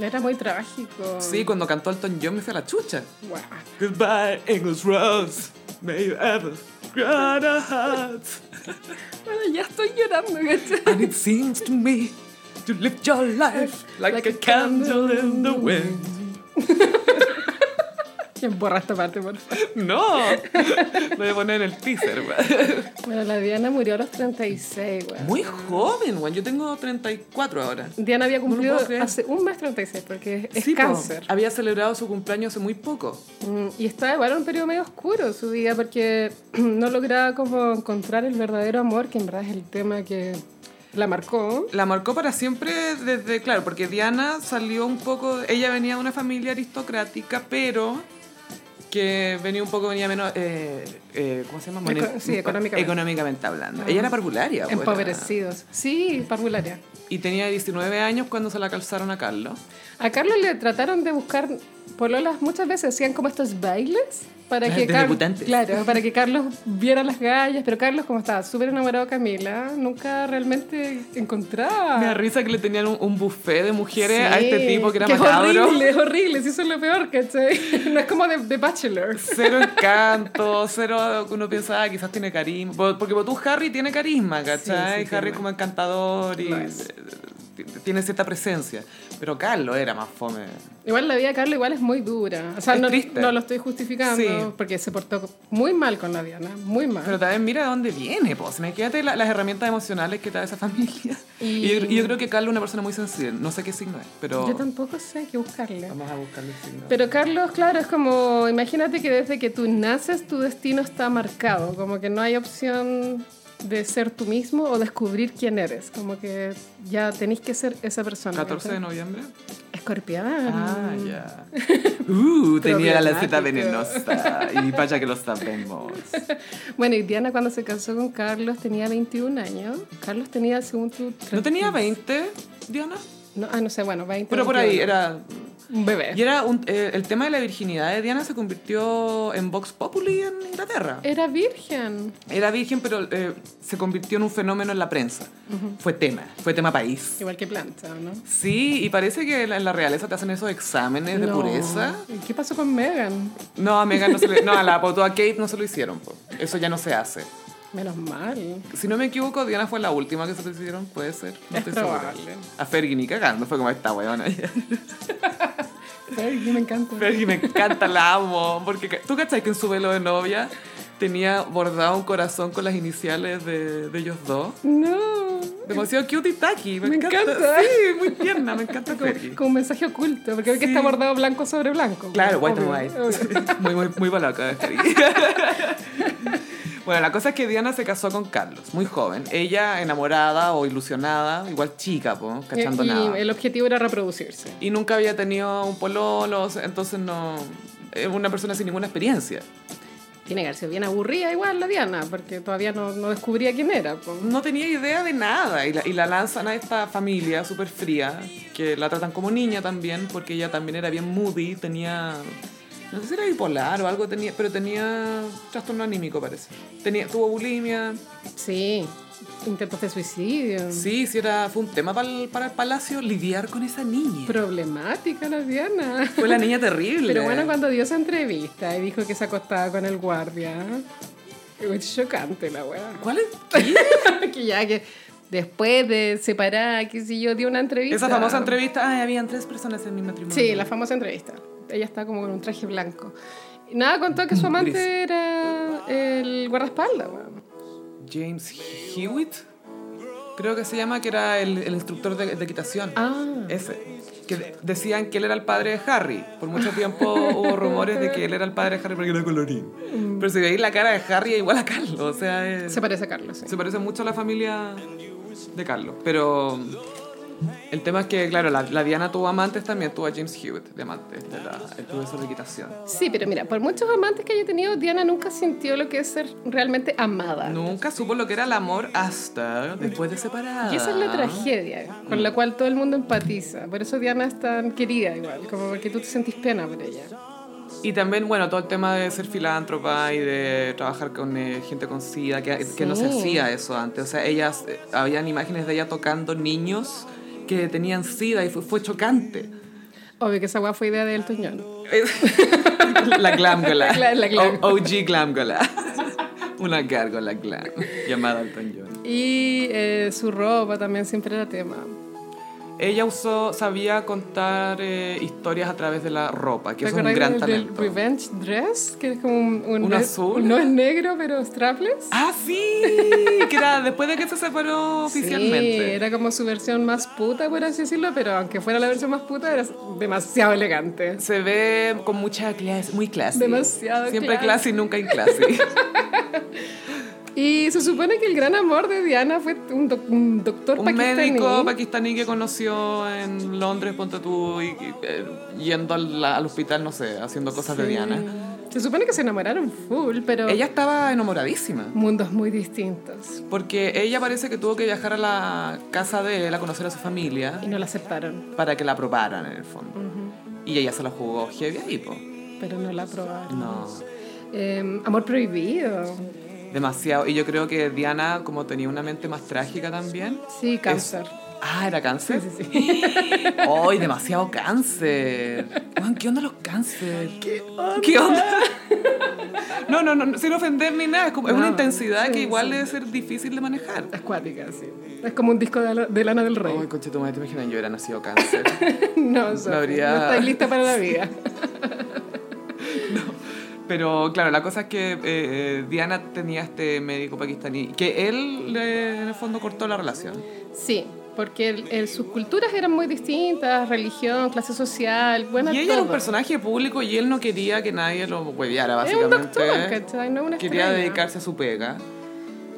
Speaker 2: Era muy trágico.
Speaker 1: Sí, cuando cantó Elton John me fui a la chucha.
Speaker 2: Guau.
Speaker 1: Goodbye, English Rose. May you ever grow a heart.
Speaker 2: Bueno, ya estoy llorando, ¿cachai?
Speaker 1: And it seems to me to live your life like,
Speaker 2: Like
Speaker 1: a,
Speaker 2: a
Speaker 1: candle in the wind.
Speaker 2: ¿Quién borra esta parte, por favor?
Speaker 1: No, lo voy a poner en el teaser, güey.
Speaker 2: Bueno, la Diana murió a los 36, güey.
Speaker 1: Muy joven, güey. Yo tengo 34 ahora.
Speaker 2: Diana había
Speaker 1: No lo puedo
Speaker 2: cumplido
Speaker 1: creer.
Speaker 2: hace un mes 36 porque es
Speaker 1: Sí, po.
Speaker 2: cáncer.
Speaker 1: Había celebrado su cumpleaños hace muy poco.
Speaker 2: Mm, Y estaba igual en un periodo medio oscuro su vida porque no lograba como encontrar el verdadero amor, que en verdad es el tema que la marcó.
Speaker 1: La marcó para siempre desde, claro, porque Diana salió un poco, ella venía de una familia aristocrática, pero que venía un poco, venía menos, eh, eh, ¿cómo se llama?
Speaker 2: Eco-
Speaker 1: Mone-
Speaker 2: sí, económicamente. Ah.
Speaker 1: Económicamente hablando. Ella era parvularia. pues, era-
Speaker 2: Empobrecidos. Sí, parvularia.
Speaker 1: Y tenía 19 años cuando se la calzaron a Carlos.
Speaker 2: A Carlos le trataron de buscar pololas muchas veces, hacían como estos bailes para
Speaker 1: Ah,
Speaker 2: que,
Speaker 1: de
Speaker 2: Car-
Speaker 1: debutantes.
Speaker 2: claro, para que Carlos viera las gallas, pero Carlos como estaba súper enamorado de Camila, nunca realmente encontraba.
Speaker 1: Me da risa que le tenían un, un buffet de mujeres a
Speaker 2: Ah. Sí,
Speaker 1: este tipo que era
Speaker 2: es
Speaker 1: macabro.
Speaker 2: horrible, es horrible, sí, eso es lo peor, ¿cachai? No es como de, de Bachelor.
Speaker 1: Cero encanto, cero uno piensa, ah, quizás tiene carisma. Por- Porque tú, Harry tiene carisma, ¿cachai?
Speaker 2: Sí, sí,
Speaker 1: Harry
Speaker 2: tiene.
Speaker 1: es como encantador y
Speaker 2: Lo es.
Speaker 1: eh, t- tiene cierta presencia. Pero Carlos era más fome.
Speaker 2: Igual la vida de Carlos igual es muy dura. O sea,
Speaker 1: Es
Speaker 2: no,
Speaker 1: triste.
Speaker 2: no lo estoy justificando
Speaker 1: Sí.
Speaker 2: porque se portó muy mal con la Diana, muy mal.
Speaker 1: Pero también mira de dónde viene, pues. Imagínate la- las herramientas emocionales que te da esa familia.
Speaker 2: Y-
Speaker 1: Y, yo, y yo creo que Carlos es una persona muy sensible. No sé qué signo es, pero
Speaker 2: Yo tampoco sé qué buscarle.
Speaker 1: vamos a buscarle el signo.
Speaker 2: Pero Carlos, claro, es como, imagínate que desde que tú naces tu destino está marcado, como que no hay opción de ser tú mismo o descubrir quién eres, como que ya tenés que ser esa persona.
Speaker 1: 14 de
Speaker 2: ¿cachai?
Speaker 1: noviembre.
Speaker 2: Escorpión.
Speaker 1: Ah, ya. Uh, tenía la lanceta
Speaker 2: Problemático.
Speaker 1: venenosa. Y vaya que lo sabemos.
Speaker 2: Bueno, y Diana cuando se casó con Carlos tenía 21 años. Carlos tenía, según tú...
Speaker 1: ¿No tenía 20, Diana?
Speaker 2: No, ah, no sé, bueno, 20.
Speaker 1: Pero por ahí
Speaker 2: 21.
Speaker 1: era.
Speaker 2: Un bebé.
Speaker 1: Y era un- eh, el tema de la virginidad de Diana se convirtió en Vox Populi en Inglaterra.
Speaker 2: Era virgen.
Speaker 1: Era virgen, pero eh, se convirtió en un fenómeno en la prensa. Fue tema, fue tema país.
Speaker 2: Igual que planta, ¿no?
Speaker 1: Sí, y parece que la- en la realeza te hacen esos exámenes de
Speaker 2: No.
Speaker 1: pureza.
Speaker 2: ¿Y ¿Qué pasó con Megan?
Speaker 1: No, a Meghan no se le, no, a la foto a Kate no se lo hicieron. po. Eso ya no se hace.
Speaker 2: Menos mal.
Speaker 1: Si no me equivoco, Diana fue la última que se lo hicieron, puede ser. No
Speaker 2: Es
Speaker 1: estoy segura.
Speaker 2: probable.
Speaker 1: A Fergie ni cagando, fue como esta weona.
Speaker 2: Fergie me encanta.
Speaker 1: Fergie me encanta, la amo. Porque ca- tú cachai que en su velo de novia tenía bordado un corazón con las iniciales de, de ellos dos.
Speaker 2: No.
Speaker 1: Demasiado cute y tacky. Me,
Speaker 2: Me encanta.
Speaker 1: Sí, muy tierna, me encanta
Speaker 2: Como,
Speaker 1: Fergie.
Speaker 2: como un mensaje oculto, porque ve que
Speaker 1: Sí.
Speaker 2: está bordado blanco sobre blanco.
Speaker 1: Claro, white
Speaker 2: Obvio,
Speaker 1: and
Speaker 2: obvio.
Speaker 1: white. Muy, muy, muy balaca. Fergie. bueno, la cosa es que Diana se casó con Carlos, muy joven. Ella enamorada o ilusionada, igual chica, po, cachando
Speaker 2: Eh, y
Speaker 1: nada.
Speaker 2: el objetivo era reproducirse.
Speaker 1: Y nunca había tenido un pololo, o sea, entonces no... Es una persona sin ninguna experiencia.
Speaker 2: Tiene que haber sido bien aburrida igual la Diana, porque todavía no, no descubría quién era. po.
Speaker 1: no tenía idea de nada y la, y la lanzan a esta familia súper fría, que la tratan como niña también, porque ella también era bien moody, tenía, no sé si era bipolar o algo, tenía, pero tenía trastorno anímico parece. Tenía, tuvo bulimia,
Speaker 2: Sí, intentos de suicidio.
Speaker 1: sí, sí era, fue un tema pa'l- para el palacio lidiar con esa niña.
Speaker 2: Problemática la Diana.
Speaker 1: fue la niña terrible.
Speaker 2: Pero bueno, cuando dio esa entrevista y dijo que se acostaba con el guardia, es chocante la weá.
Speaker 1: ¿Cuál es?
Speaker 2: que ya que después de separar, qué sé yo, dio una entrevista.
Speaker 1: Esa famosa entrevista, ay, habían tres personas en mi matrimonio.
Speaker 2: Sí, la famosa entrevista. Ella está como con un traje blanco. Y Nada, contó que su amante
Speaker 1: Gris.
Speaker 2: era el guardaespaldas, weón.
Speaker 1: James Hewitt, creo que se llama, que era el, el instructor de, de equitación.
Speaker 2: Ah.
Speaker 1: Ese. Que de- decían que él era el padre de Harry. Por mucho tiempo hubo rumores de que él era el padre de Harry porque era colorín. Pero si veis la cara de Harry es igual a Carlos. O sea, es-
Speaker 2: Mm. Se parece a Carlos, sí.
Speaker 1: se parece mucho a la familia de Carlos. Pero el tema es que, claro, la, la Diana tuvo amantes también. Tuvo a James Hewitt de amante, este, la- el profesor de equitación.
Speaker 2: Sí, pero mira, por muchos amantes que haya tenido, Diana nunca sintió lo que es ser realmente amada.
Speaker 1: Nunca supo lo que era el amor hasta después de separar.
Speaker 2: Y esa es la tragedia con la cual todo el mundo empatiza. Por eso Diana es tan querida igual, como porque tú te sentís pena por ella.
Speaker 1: Y también, bueno, todo el tema de ser filántropa y de trabajar con eh, gente con SIDA, que, que no se
Speaker 2: Sí.
Speaker 1: hacía eso antes. O sea, ellas, eh, habían imágenes de ella tocando niños que tenían SIDA y fue, fue chocante.
Speaker 2: Obvio que esa weá fue idea de Elton John.
Speaker 1: la glamgola.
Speaker 2: La- la glam.
Speaker 1: O- OG glamgola. Una gárgola glam, llamada Elton John.
Speaker 2: Y eh, su ropa también siempre era tema.
Speaker 1: Ella usó, sabía contar eh, historias a través de la ropa, que
Speaker 2: ¿Te
Speaker 1: es un
Speaker 2: acordás
Speaker 1: gran
Speaker 2: del, del
Speaker 1: talento.
Speaker 2: Revenge Dress? Que es como un... un
Speaker 1: ¿Un
Speaker 2: ne-
Speaker 1: azul?
Speaker 2: No es negro, pero strapless.
Speaker 1: Ah, sí, que era después de que se separó oficialmente.
Speaker 2: Sí, era como su versión más puta, por así decirlo, pero aunque fuera la versión más puta, era demasiado elegante.
Speaker 1: Se ve con mucha clase, muy clase.
Speaker 2: Demasiado
Speaker 1: Siempre
Speaker 2: classy.
Speaker 1: clase y nunca en clase.
Speaker 2: Y se supone que el gran amor de Diana fue un, doc- un doctor
Speaker 1: Un
Speaker 2: pakistaní.
Speaker 1: médico pakistaní que conoció en Londres, ponte tú, y, y, eh, yendo al, al hospital, no sé, haciendo cosas de
Speaker 2: Sí.
Speaker 1: Diana.
Speaker 2: Se supone que se enamoraron full, pero
Speaker 1: Ella estaba enamoradísima.
Speaker 2: mundos muy distintos.
Speaker 1: Porque ella parece que tuvo que viajar a la casa de él a conocer a su familia
Speaker 2: Y no la aceptaron,
Speaker 1: para que la aprobaran en el fondo. Y ella se la jugó heavy ahí, po.
Speaker 2: pero no la aprobaron.
Speaker 1: No.
Speaker 2: Eh, amor prohibido.
Speaker 1: Demasiado. Y yo creo que Diana, como tenía una mente más trágica también,
Speaker 2: Sí, cáncer.
Speaker 1: Ah, ¿era cáncer?
Speaker 2: Sí, sí,
Speaker 1: ¿Eh? ¡Ay, demasiado cáncer! Juan, ¿qué onda los cáncer? ¿Qué onda? No, no, no, no, sin ofender ni nada. Es, como- es una
Speaker 2: No,
Speaker 1: intensidad
Speaker 2: sí,
Speaker 1: que igual
Speaker 2: sí.
Speaker 1: debe ser difícil de manejar.
Speaker 2: Es cuática, sí. Es como un disco de, la- de Lana del Rey.
Speaker 1: Ay, concha tu madre, te imaginas, yo hubiera nacido cáncer.
Speaker 2: no, Sofi,
Speaker 1: habría-
Speaker 2: no estáis lista para la vida.
Speaker 1: Pero claro, la cosa es que eh, eh, Diana tenía este médico pakistaní, que él le- en el fondo cortó la relación.
Speaker 2: Sí, porque el- el- sus culturas eran muy distintas, religión, clase social, bueno,
Speaker 1: y ella era un
Speaker 2: todo.
Speaker 1: personaje público y él no quería que nadie lo hueveara,
Speaker 2: Es un
Speaker 1: básicamente.
Speaker 2: doctor, ¿cachai? No es una
Speaker 1: Quería
Speaker 2: estrella.
Speaker 1: dedicarse a su pega.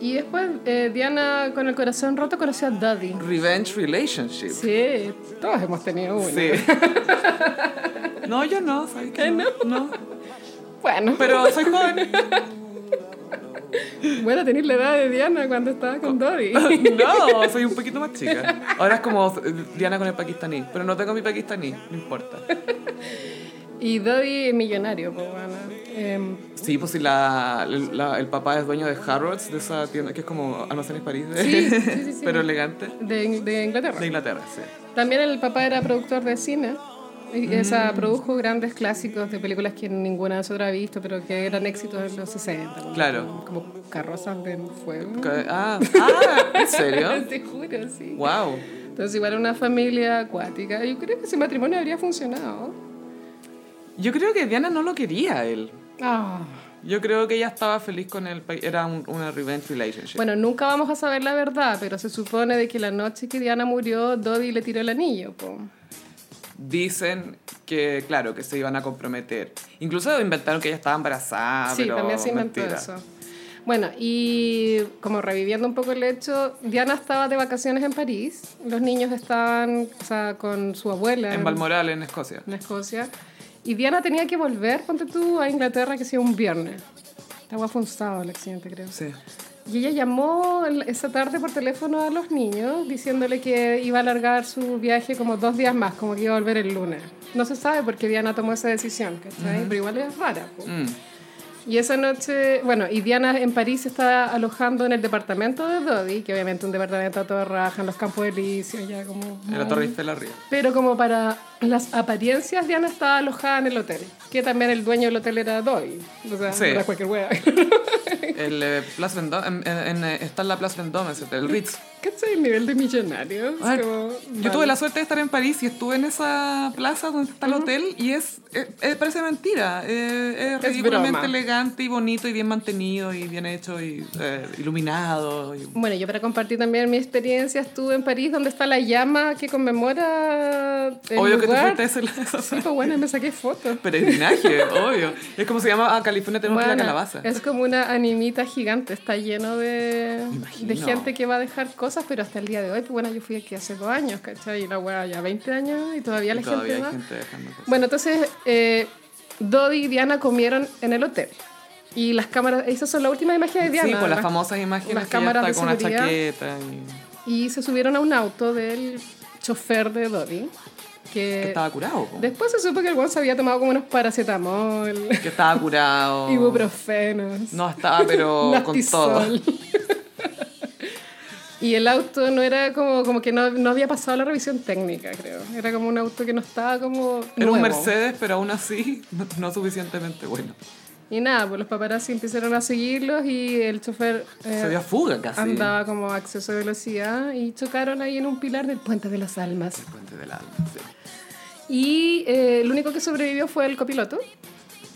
Speaker 2: Y después eh, Diana, con el corazón roto, conoció a Daddy.
Speaker 1: Revenge Relationship.
Speaker 2: Sí, todos hemos tenido uno.
Speaker 1: Sí. No, yo no, ¿sabes qué? No.
Speaker 2: Bueno,
Speaker 1: Pero soy joven.
Speaker 2: Bueno, tenés la edad de Diana cuando estaba con Dory.
Speaker 1: No, soy un poquito más chica. Ahora es como Diana con el pakistaní, pero no tengo mi pakistaní, no importa.
Speaker 2: Y Dory es millonario, pues bueno. Em,
Speaker 1: Sí, pues si la, la- el papá es dueño de Harrods, de esa tienda que es como Almacenes París, de-
Speaker 2: Sí, sí, sí, sí.
Speaker 1: pero elegante,
Speaker 2: de, de Inglaterra.
Speaker 1: de Inglaterra, sí.
Speaker 2: También el papá era productor de cine. Y
Speaker 1: Mm.
Speaker 2: esa produjo grandes clásicos de películas que ninguna de nosotros ha visto, pero que eran éxitos en los 60. como-
Speaker 1: Claro.
Speaker 2: Como carrozas de fuego.
Speaker 1: Ca- Ah, ah, ¿en serio?
Speaker 2: Te juro, sí.
Speaker 1: Wow.
Speaker 2: Entonces, igual era una familia acuática. Yo creo que ese matrimonio habría funcionado.
Speaker 1: Yo creo que Diana no lo quería a él.
Speaker 2: Ah.
Speaker 1: Yo creo que ella estaba feliz con él, pa- era un- una revenge relationship.
Speaker 2: Bueno, nunca vamos a saber la verdad, pero se supone de que la noche que Diana murió, Dodie le tiró el anillo. po.
Speaker 1: Dicen que, claro, que se iban a comprometer. Incluso inventaron que ella estaba embarazada,
Speaker 2: sí,
Speaker 1: Ah, pero
Speaker 2: también se inventó
Speaker 1: mentira.
Speaker 2: eso. Bueno, y como reviviendo un poco el hecho, Diana estaba de vacaciones en París, los niños estaban o sea, con su abuela
Speaker 1: En Balmoral, en Escocia.
Speaker 2: en Escocia, y Diana tenía que volver, ponte tú, a Inglaterra, que sea un viernes. Estaba fue un sábado el accidente, creo.
Speaker 1: Sí.
Speaker 2: Y ella llamó el- esa tarde por teléfono a los niños diciéndole que iba a alargar su viaje como dos días más, como que iba a volver el lunes. No se sabe por qué Diana tomó esa decisión, ¿cachai? Pero igual es rara. po.
Speaker 1: Mm.
Speaker 2: Y esa noche, bueno, y Diana en París se está alojando en el departamento de Dodi, que obviamente un departamento a toda raja, en los Campos Elíseos, ya como...
Speaker 1: En la Torre Eiffel arriba.
Speaker 2: Pero como para las apariencias, Diana estaba alojada en el hotel, que también el dueño del hotel era Dodi. O sea,
Speaker 1: Sí.
Speaker 2: era cualquier wea.
Speaker 1: El, eh, Place Vendôme, en- en- en, eh, está en la Place Vendôme, ese hotel, el Ritz.
Speaker 2: ¿Cachai? El nivel de millonario. Es
Speaker 1: Ah,
Speaker 2: como,
Speaker 1: Yo
Speaker 2: vale.
Speaker 1: tuve la suerte de estar en París y estuve en esa plaza donde está el hotel y es, eh, eh, parece mentira. eh, es
Speaker 2: Es
Speaker 1: ridículamente
Speaker 2: broma.
Speaker 1: elegante y bonito y bien mantenido y bien hecho y eh, iluminado. y-
Speaker 2: Bueno, yo para compartir también mi experiencia estuve en París, donde está la llama que conmemora el
Speaker 1: Obvio que tú
Speaker 2: lugar.
Speaker 1: fuiste a ese- esa
Speaker 2: Sí, pues bueno, me saqué fotos.
Speaker 1: peregrinaje, obvio. Es como se llama, a California tenemos que ir a
Speaker 2: Bueno,
Speaker 1: Calabaza.
Speaker 2: Es como una animita gigante, está lleno de,
Speaker 1: imagino.
Speaker 2: de gente que va a dejar cosas, pero hasta el día de hoy, pues bueno, yo fui aquí hace dos años, ¿cachai? Y la weá ya 20 años y todavía la
Speaker 1: Y todavía
Speaker 2: gente
Speaker 1: hay
Speaker 2: va.
Speaker 1: gente dejando cosas.
Speaker 2: Bueno, entonces eh, Dodi y Diana comieron en el hotel. Y las cámaras, esas son las últimas imágenes de Diana.
Speaker 1: sí, pues, por las
Speaker 2: las-
Speaker 1: famosas imágenes
Speaker 2: las
Speaker 1: que ella está
Speaker 2: cámaras de
Speaker 1: con una
Speaker 2: seguridad.
Speaker 1: chaqueta y,
Speaker 2: Y se subieron a un auto del chofer de Dodi, que,
Speaker 1: que estaba curado. po.
Speaker 2: después se supo que el guan se había tomado como unos paracetamol,
Speaker 1: Que estaba curado.
Speaker 2: ibuprofenos.
Speaker 1: Oh. No estaba, pero con todo.
Speaker 2: Lactisol. y el auto no era como, como que no, no había pasado la revisión técnica, creo. Era como un auto que no estaba como.
Speaker 1: Era un
Speaker 2: nuevo.
Speaker 1: Mercedes, pero aún así no, no suficientemente bueno.
Speaker 2: Y nada, pues los paparazzi empezaron a seguirlos y el chofer eh,
Speaker 1: Se dio fuga casi.
Speaker 2: andaba como a exceso de velocidad y chocaron ahí en un pilar del Puente de las Almas.
Speaker 1: El puente del alma, sí.
Speaker 2: Y eh, el único que sobrevivió fue el copiloto.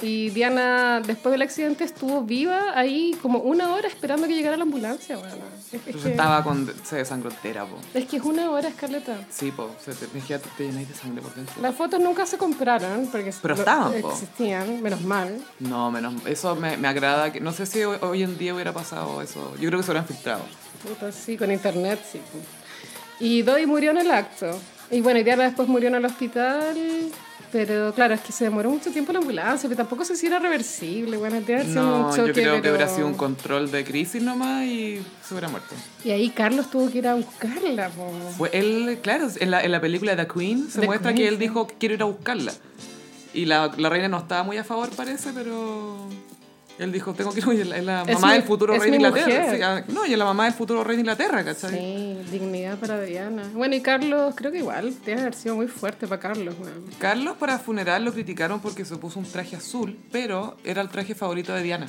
Speaker 2: Y Diana, después del accidente, estuvo viva ahí como una hora esperando que llegara la ambulancia. Bueno, es- es
Speaker 1: Entonces
Speaker 2: que-
Speaker 1: estaba con... Se desangró entera, po.
Speaker 2: Es que es una hora, Escarleta.
Speaker 1: Sí, po. Se te, te, te llenáis de sangre por dentro.
Speaker 2: Las fotos nunca se compraron porque
Speaker 1: Pero
Speaker 2: lo-
Speaker 1: estaban, po.
Speaker 2: existían, menos mal.
Speaker 1: No, menos... Eso me, me agrada. que No sé si hoy, hoy en día hubiera pasado eso. Yo creo que se hubieran filtrado.
Speaker 2: Puta, sí, con internet, sí. Y Dodi murió en el acto. Y bueno, y Diana después murió en el hospital. Pero claro, es que se demoró mucho tiempo la ambulancia, pero tampoco sé si era reversible. Bueno, debe haber sido
Speaker 1: No, yo
Speaker 2: un choque,
Speaker 1: creo que
Speaker 2: pero-
Speaker 1: hubiera sido un control de crisis nomás y se hubiera muerto.
Speaker 2: Y ahí Carlos tuvo que ir a buscarla, po.
Speaker 1: Fue él, claro, en la, en la película The Queen se
Speaker 2: The
Speaker 1: muestra
Speaker 2: Queen,
Speaker 1: que él
Speaker 2: sí.
Speaker 1: dijo que quiero ir a buscarla. Y la, la reina no estaba muy a favor, parece, pero él dijo, tengo que ir, oye, es la
Speaker 2: Es
Speaker 1: mamá
Speaker 2: mi-
Speaker 1: del futuro
Speaker 2: es
Speaker 1: rey de
Speaker 2: mi
Speaker 1: Inglaterra.
Speaker 2: mujer.
Speaker 1: Sí, ah, no, y es la mamá del futuro rey de Inglaterra, ¿cachai?
Speaker 2: Sí, dignidad para Diana. Bueno, y Carlos, creo que igual, tiene que haber sido muy fuerte para Carlos, weón.
Speaker 1: Carlos para funeral lo criticaron porque se puso un traje azul, pero era el traje favorito de Diana.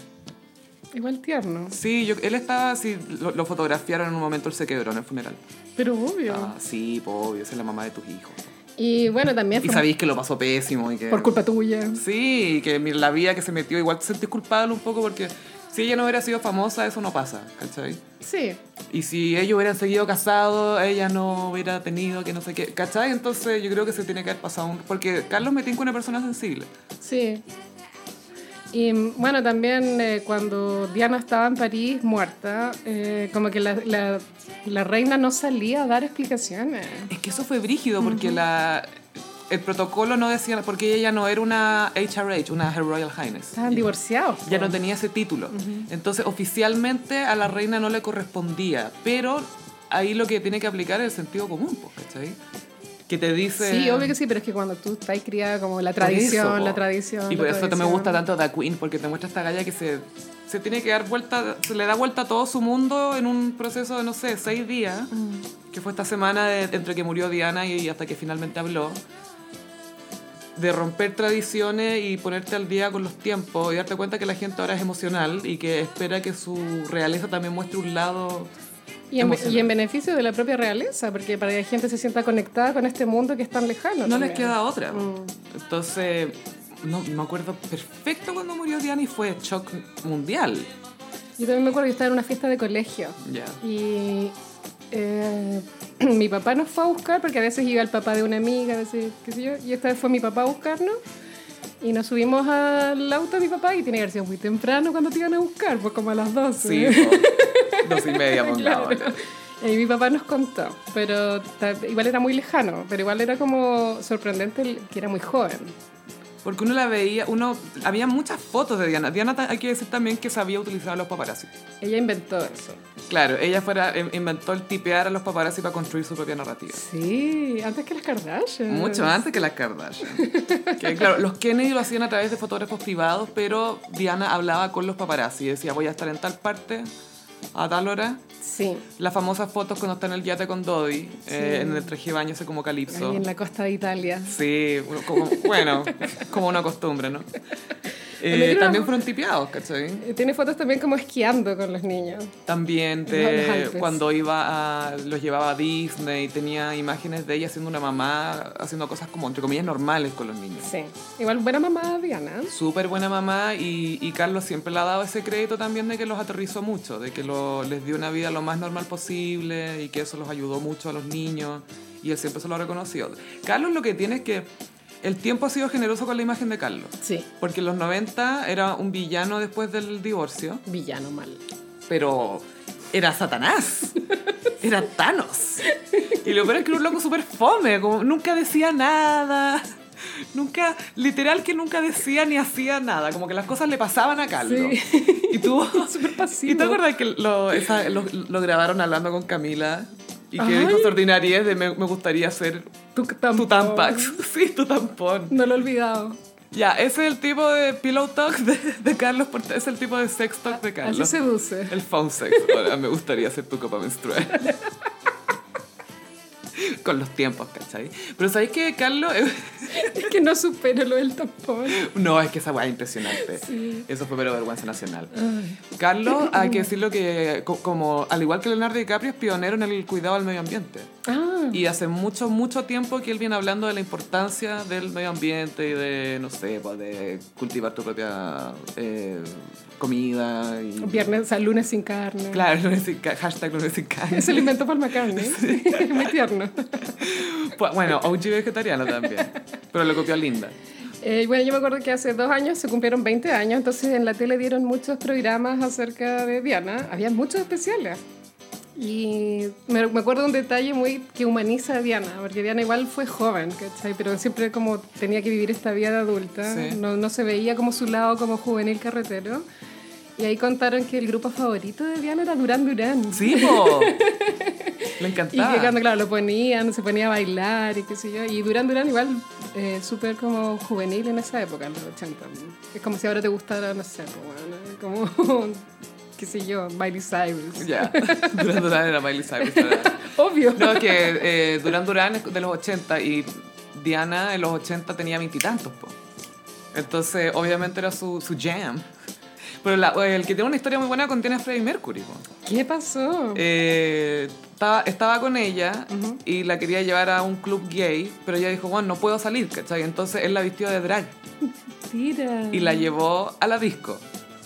Speaker 2: Igual tierno.
Speaker 1: Sí, yo- él estaba, sí, lo, lo fotografiaron en un momento, él se quebró en el funeral.
Speaker 2: Pero obvio.
Speaker 1: Ah, sí, po, obvio, esa es la mamá de tus hijos.
Speaker 2: Y bueno, también
Speaker 1: Y
Speaker 2: fue
Speaker 1: sabéis que lo pasó pésimo y que...
Speaker 2: por culpa tuya.
Speaker 1: Sí, que mira, la vida que se metió, igual te sentís culpable un poco porque si ella no hubiera sido famosa, eso no pasa, ¿cachai?
Speaker 2: Sí.
Speaker 1: Y si ellos hubieran seguido casados, ella no hubiera tenido que no sé qué, ¿cachai? Entonces yo creo que se tiene que haber pasado un... Porque Carlos Metín con una persona sensible.
Speaker 2: Sí. Y mm, bueno, también eh, cuando Diana estaba en París muerta, eh, como que la, la- la reina no salía a dar explicaciones.
Speaker 1: Es que eso fue brígido porque la... el protocolo no decía, porque ella no era una HRH, una Her Royal Highness.
Speaker 2: Estaban divorciados.
Speaker 1: Ya no tenía ese título. Entonces, oficialmente a la reina no le correspondía, pero ahí lo que tiene que aplicar es el sentido común, pues, ¿cachai? Que te dice...
Speaker 2: Sí, obvio que sí, pero es que cuando tú estás criada como la
Speaker 1: Por
Speaker 2: tradición,
Speaker 1: eso, po.
Speaker 2: la tradición.
Speaker 1: Y por
Speaker 2: la
Speaker 1: eso te me
Speaker 2: tradición.
Speaker 1: gusta tanto The Queen, porque te muestra esta galla que se, se tiene que dar vuelta, se le da vuelta a todo su mundo en un proceso de, no sé, seis días,
Speaker 2: Mm.
Speaker 1: que fue esta semana de- entre que murió Diana y hasta que finalmente habló, de romper tradiciones y ponerte al día con los tiempos y darte cuenta que la gente ahora es emocional y que espera que su realeza también muestre un lado...
Speaker 2: Y en,
Speaker 1: emocional.
Speaker 2: y en beneficio de la propia realeza, porque para que la gente se sienta conectada con este mundo que es tan lejano.
Speaker 1: No les
Speaker 2: también.
Speaker 1: queda otra.
Speaker 2: Mm.
Speaker 1: Entonces, no, me acuerdo perfecto cuando murió Diana y fue shock mundial.
Speaker 2: Yo también me acuerdo que estaba en una fiesta de colegio
Speaker 1: Ya.
Speaker 2: y eh, mi papá nos fue a buscar porque a veces iba el papá de una amiga, a veces qué sé yo, y esta vez fue mi papá a buscarnos y nos subimos al auto de mi papá y tiene que haber sido muy temprano cuando te iban a buscar, pues como a las 12.
Speaker 1: Sí, po. dos y media
Speaker 2: Claro.
Speaker 1: pongamos.
Speaker 2: Y mi papá nos contó, pero ta- igual era muy lejano, pero igual era como sorprendente el- que era muy joven.
Speaker 1: Porque uno la veía, uno había muchas fotos de Diana. Diana ta- hay que decir también que sabía utilizar a los paparazzi.
Speaker 2: Ella inventó eso.
Speaker 1: Claro, ella fuera, em- inventó el tipear a los paparazzi para construir su propia narrativa.
Speaker 2: Sí, antes que las Kardashian.
Speaker 1: Mucho antes que las Kardashian. Que, claro, los Kennedy lo hacían a través de fotógrafos privados, pero Diana hablaba con los paparazzi. Decía, voy a estar en tal parte a tal hora.
Speaker 2: Sí.
Speaker 1: Las famosas fotos cuando está en el yate con Dodi, eh, en el traje de baño, ese como calipso.
Speaker 2: Ahí en la costa de Italia.
Speaker 1: Sí, bueno, como, bueno, como una costumbre, ¿no? Eh,
Speaker 2: creo-
Speaker 1: también fueron tipeados, ¿cachai?
Speaker 2: Eh, Tiene fotos también como esquiando con los niños.
Speaker 1: También
Speaker 2: Los
Speaker 1: de
Speaker 2: Alpes.
Speaker 1: cuando iba a, los llevaba a Disney, tenía imágenes de ella siendo una mamá, haciendo cosas como, entre comillas, normales con los niños.
Speaker 2: Sí. Igual buena mamá Diana.
Speaker 1: Súper buena mamá y, y Carlos siempre le ha dado ese crédito también de que los aterrizó mucho, de que lo- les dio una vida lo más normal posible y que eso los ayudó mucho a los niños y él siempre se lo ha reconocido. Carlos lo que tiene es que el tiempo ha sido generoso con la imagen de Carlos.
Speaker 2: Sí.
Speaker 1: Porque en los 90 era un villano después del divorcio,
Speaker 2: Villano mal.
Speaker 1: pero era Satanás. Era Thanos. Y lo peor es que era un loco súper fome, como nunca decía nada. Nunca, literal que nunca decía ni hacía nada, como que las cosas le pasaban a Carlos. Y tuvo...
Speaker 2: Súper pasivo.
Speaker 1: ¿Y te acuerdas que lo, esa- lo- lo grabaron hablando con Camila? Y que
Speaker 2: Ay.
Speaker 1: dijo su ordinariez de me, me gustaría ser
Speaker 2: Tu tampón.
Speaker 1: tu tampax. Sí, tu tampón.
Speaker 2: No lo he olvidado.
Speaker 1: Ya, ese es el tipo de pillow talk de, de Carlos, Porta- es el tipo de sex talk de
Speaker 2: Así
Speaker 1: Carlos.
Speaker 2: seduce.
Speaker 1: El phone sex. Ahora me gustaría hacer tu copa menstrual. Con los tiempos, ¿cachai? Pero ¿sabéis que Carlos?
Speaker 2: Es que no supero lo del tampón.
Speaker 1: No, es que esa weá es impresionante.
Speaker 2: Sí.
Speaker 1: Eso fue pero vergüenza nacional. Carlos, hay que decirlo que, co- como, al igual que Leonardo DiCaprio, es pionero en el cuidado del medio ambiente.
Speaker 2: Ah.
Speaker 1: Y hace mucho, mucho tiempo que él viene hablando de la importancia del medio ambiente y de, no sé, pues, de cultivar tu propia eh, comida. Y...
Speaker 2: Viernes al lunes sin carne.
Speaker 1: Claro, lunes sin ca- hashtag lunes sin carne.
Speaker 2: Es el inventó Paul McCartney. Muy tierno.
Speaker 1: Pues, Bueno, OG vegetariano también, pero lo copió Linda.
Speaker 2: Eh, bueno, yo me acuerdo que hace dos años se cumplieron 20 años, entonces en la tele dieron muchos programas acerca de Diana. Había muchos especiales. Y me, me acuerdo un detalle muy que humaniza a Diana, porque Diana igual fue joven, ¿cachai? Pero siempre como tenía que vivir esta vida de adulta,
Speaker 1: Sí.
Speaker 2: no, no se veía como su lado como juvenil carretero. Y ahí contaron que el grupo favorito de Diana era Durán Durán.
Speaker 1: Sí, po. Le
Speaker 2: Y que
Speaker 1: encantaba.
Speaker 2: cuando, claro, lo ponían, se ponía a bailar y qué sé yo. Y Duran Duran igual, eh, súper como juvenil en esa época, en los 80. Es como si ahora te gustara, no sé, como, bueno, como qué sé yo, Miley Cyrus.
Speaker 1: Ya, Durán Durán era Miley Cyrus. ¿verdad?
Speaker 2: Obvio.
Speaker 1: No, que eh, Durán Durán es de los 80 y Diana en los 80 tenía veintitantos, po. Entonces, obviamente era su, su jam. Pero la- el que tiene una historia muy buena contiene a Freddie Mercury, po.
Speaker 2: ¿Qué pasó?
Speaker 1: Eh, estaba, estaba con ella y la quería llevar a un club gay, pero ella dijo, bueno, no puedo salir, ¿cachai? Entonces él la vistió de drag
Speaker 2: Tira.
Speaker 1: y la llevó a la disco.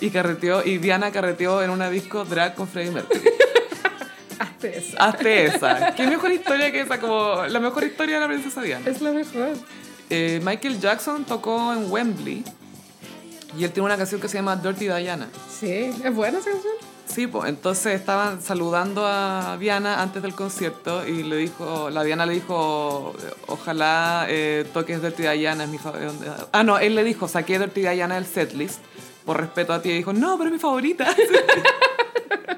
Speaker 1: Y carreteó, y Diana carreteó en una disco drag con Freddie Mercury.
Speaker 2: Hazte eso.
Speaker 1: Hazte esa. Qué mejor historia que esa, como la mejor historia de la princesa Diana.
Speaker 2: Es lo mejor.
Speaker 1: Eh, Michael Jackson tocó en Wembley y él tiene una canción que se llama Dirty Diana.
Speaker 2: Sí, es buena esa canción.
Speaker 1: Sí, Sí, pues entonces estaban saludando a Diana antes del concierto y le dijo, la Diana le dijo, ojalá eh, toques Dirty Diana, es mi favorita. Ah, no, él le dijo, saqué Dirty Diana del setlist por respeto a ti y dijo, no, pero es mi favorita.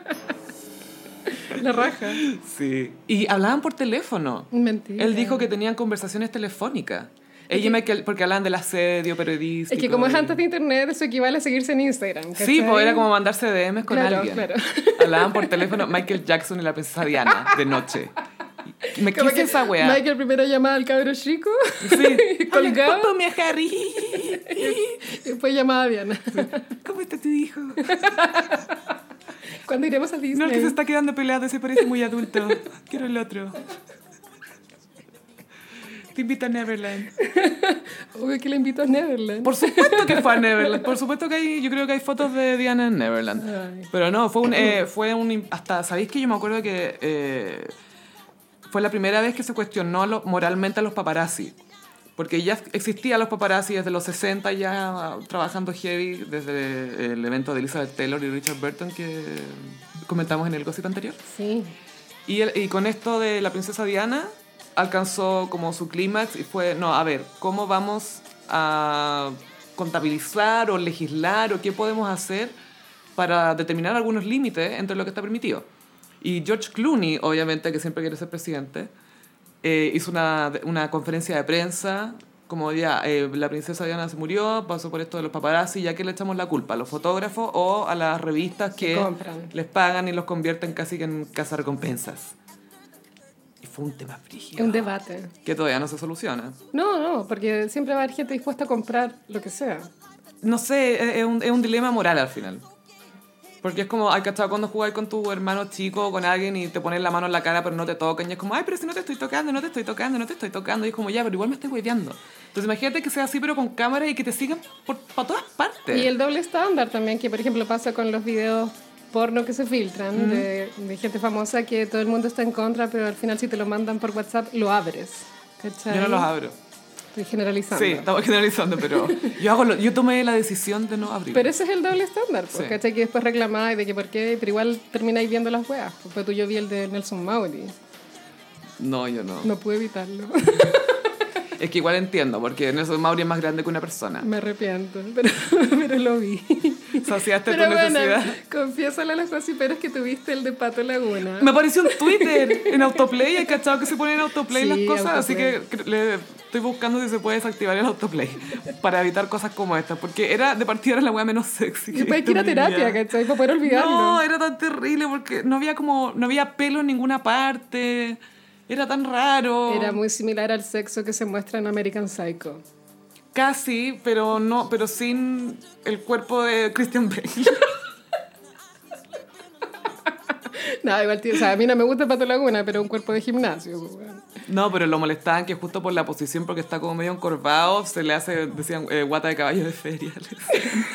Speaker 2: La raja.
Speaker 1: Sí. Y hablaban por teléfono.
Speaker 2: Mentira.
Speaker 1: Él dijo que tenían conversaciones telefónicas. Ella y Michael, porque hablaban del asedio periodístico.
Speaker 2: Es que como es
Speaker 1: y-
Speaker 2: antes de internet, eso equivale a seguirse en Instagram.
Speaker 1: Sí,
Speaker 2: ¿cachai?
Speaker 1: pues era como mandarse DMs con
Speaker 2: Claro,
Speaker 1: alguien.
Speaker 2: claro.
Speaker 1: Hablaban por teléfono Michael Jackson y la princesa Diana de noche. Me
Speaker 2: Como
Speaker 1: quise
Speaker 2: que
Speaker 1: esa weá.
Speaker 2: Michael primero llamaba al cabro chico,
Speaker 1: Sí.
Speaker 2: colgado.
Speaker 1: Hola, mi Harry.
Speaker 2: y después llamaba a Diana.
Speaker 1: ¿Cómo está tu hijo?
Speaker 2: Cuando iremos a
Speaker 1: No,
Speaker 2: Disney.
Speaker 1: el que se está quedando peleado, se parece muy adulto. Quiero el otro. Te invito a Neverland.
Speaker 2: Obvio que le invito a Neverland.
Speaker 1: Por supuesto que fue a Neverland. Por supuesto que hay, yo creo que hay fotos de Diana en Neverland.
Speaker 2: Ay.
Speaker 1: Pero no, fue un, eh, fue un hasta, ¿sabéis que yo me acuerdo que eh, fue la primera vez que se cuestionó lo- moralmente a los paparazzi? Porque ya existían los paparazzi desde los 60, ya trabajando heavy, desde el evento de Elizabeth Taylor y Richard Burton que comentamos en el gossip anterior.
Speaker 2: Sí.
Speaker 1: Y, el- y con esto de la princesa Diana alcanzó como su clímax y fue, no, a ver, ¿cómo vamos a contabilizar o legislar o qué podemos hacer para determinar algunos límites entre lo que está permitido? Y George Clooney, obviamente, que siempre quiere ser presidente, eh, hizo una, una conferencia de prensa como ya eh, la princesa Diana se murió, pasó por esto de los paparazzi, ya que le echamos la culpa a los fotógrafos o a las revistas que
Speaker 2: compran.
Speaker 1: les pagan y los convierten casi que en cazarrecompensas. Y fue un tema frígido.
Speaker 2: Un debate.
Speaker 1: que todavía no se soluciona.
Speaker 2: No, no, porque siempre va a haber gente dispuesta a comprar lo que sea.
Speaker 1: No sé, es- es un, es un dilema moral al final. Porque es como, hay cachado cuando jugáis con tu hermano chico o con alguien y te ponen la mano en la cara pero no te tocan. Y es como, ay, pero si no te estoy tocando, no te estoy tocando, no te estoy tocando. Y es como, ya, pero igual me estoy hueveando. Entonces imagínate que sea así pero con cámara y que te sigan por, para todas partes.
Speaker 2: Y el doble estándar también, que por ejemplo pasa con los videos porno que se filtran de, de gente famosa que todo el mundo está en contra, pero al final si te lo mandan por WhatsApp lo abres. ¿cachai?
Speaker 1: Yo no los abro.
Speaker 2: Estoy generalizando.
Speaker 1: Sí, estamos generalizando, pero yo, hago lo- yo tomé la decisión de no abrir.
Speaker 2: Pero ese es el doble estándar, pues,
Speaker 1: Sí.
Speaker 2: ¿cachai? Que después reclamáis de que por qué, pero igual termináis viendo las weas. Pues, pues, tú yo vi el de Nelson Mauri,
Speaker 1: No, yo no.
Speaker 2: no pude evitarlo,
Speaker 1: Es que igual entiendo, porque Nelson Mauri es más grande que una persona.
Speaker 2: me arrepiento, pero, pero lo vi.
Speaker 1: Saciaste
Speaker 2: Pero
Speaker 1: tu
Speaker 2: bueno,
Speaker 1: necesidad.
Speaker 2: confiésale a los gossiperos que tuviste el de Pato Laguna.
Speaker 1: Me apareció en Twitter, en Autoplay, he cachado que se ponen en Autoplay
Speaker 2: Sí,
Speaker 1: las cosas,
Speaker 2: autoplay.
Speaker 1: así que cre- le estoy buscando si se puede desactivar el Autoplay para evitar cosas como esta, porque era de partida era la wea menos sexy.
Speaker 2: Y después hay que ir a
Speaker 1: tenía.
Speaker 2: terapia, ¿cachai? Para poder olvidarlo.
Speaker 1: No, era tan terrible porque no había como no había pelo en ninguna parte. Era tan raro.
Speaker 2: Era muy similar al sexo que se muestra en American Psycho.
Speaker 1: casi, pero no, pero sin el cuerpo de Christian Bale.
Speaker 2: No, igual, tío, o sea, a mí no me gusta Pato Laguna, pero un cuerpo de gimnasio. pues, weón.
Speaker 1: No, pero lo molestaban que justo por la posición, porque está como medio encorvado, se le hace, decían, eh, guata de caballo de feria. le decían.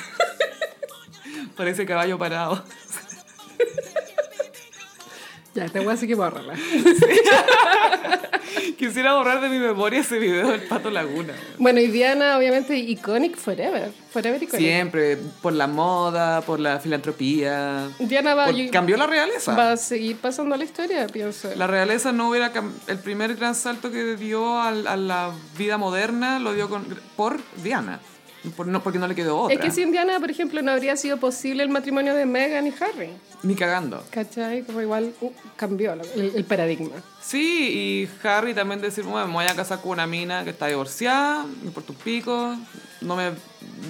Speaker 1: Parece caballo parado.
Speaker 2: Ya, te voy a decir que bórrala.
Speaker 1: Quisiera borrar de mi memoria ese video del Pato Laguna.
Speaker 2: Bueno, y Diana, obviamente, iconic forever. Forever iconic.
Speaker 1: Siempre, por la moda, por la filantropía.
Speaker 2: Diana va,
Speaker 1: Por-
Speaker 2: yo-
Speaker 1: cambió la realeza.
Speaker 2: va a seguir pasando a la historia, pienso.
Speaker 1: La realeza no hubiera... cam- El primer gran salto que dio al- a la vida moderna lo dio con- por Diana. Por- no, porque no le quedó otra.
Speaker 2: Es que sin Diana, por ejemplo, no habría sido posible el matrimonio de Meghan y Harry.
Speaker 1: Ni cagando.
Speaker 2: ¿Cachai? Como igual uh, cambió la- el, el paradigma.
Speaker 1: Sí, y Harry también decir, bueno, me voy a casar con una mina que está divorciada, ni por tus picos, no me,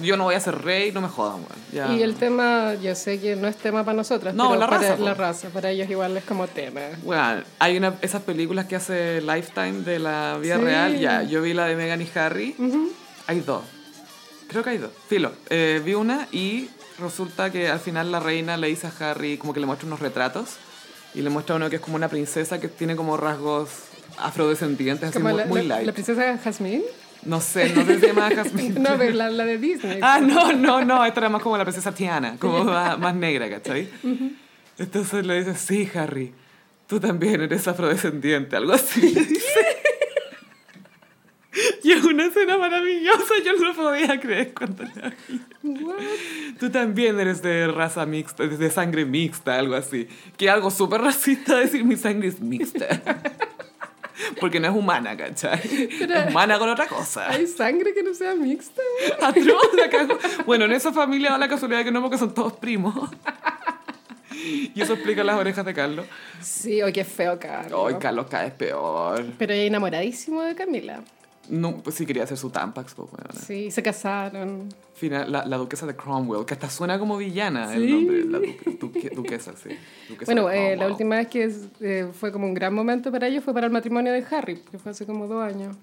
Speaker 1: yo no voy a ser rey, no me jodan, weón. Ya.
Speaker 2: Y el tema, yo sé que no es tema para nosotras,
Speaker 1: No,
Speaker 2: pero
Speaker 1: la
Speaker 2: para
Speaker 1: raza, po.
Speaker 2: la raza, para ellos igual es como tema.
Speaker 1: Weón, hay una, esas películas que hace Lifetime de la vida
Speaker 2: Sí.
Speaker 1: real, ya, yo vi la de Meghan y Harry, hay dos, creo que hay dos, filo, eh, vi una y resulta que al final la reina le dice a Harry, como que le muestra unos retratos, y le muestra uno que es como una princesa que tiene como rasgos afrodescendientes, así
Speaker 2: Como
Speaker 1: muy,
Speaker 2: la,
Speaker 1: muy
Speaker 2: la-
Speaker 1: light.
Speaker 2: la princesa Jasmine.
Speaker 1: No sé, no sé si se llama Jasmine.
Speaker 2: No, pero la, la de Disney.
Speaker 1: Ah, no, no, no, esta era más como la princesa Tiana, como más, más negra, ¿cachai? Entonces le dice, sí, Harry, tú también eres afrodescendiente, algo así. le dice. Y es una una escena maravillosa. Yo no lo podía creer cuando la vi. Tú también eres de raza mixta, de sangre mixta, algo así. Que algo súper racista decir mi sangre es mixta. Porque no es humana, ¿cachai? es humana con otra cosa.
Speaker 2: Hay sangre que no sea mixta.
Speaker 1: Atroz, la cago. Bueno, en esa familia da la casualidad que no, porque son todos primos. Y eso explica las orejas de Carlos.
Speaker 2: Sí, oye, qué feo, Carlos.
Speaker 1: Ay, Carlos cada vez peor.
Speaker 2: Pero ella enamoradísimo de Camila.
Speaker 1: No, pues sí quería hacer su Tampax, pues, bueno.
Speaker 2: Sí, se casaron.
Speaker 1: Fina- la, la duquesa de Cromwell, que hasta suena como villana el nombre, la duque- duque- duquesa, sí. Duquesa
Speaker 2: Bueno,
Speaker 1: de
Speaker 2: eh, la
Speaker 1: Cromwell.
Speaker 2: última vez que es- eh, fue como un gran momento para ellos fue para el matrimonio de Harry, que fue hace como dos años.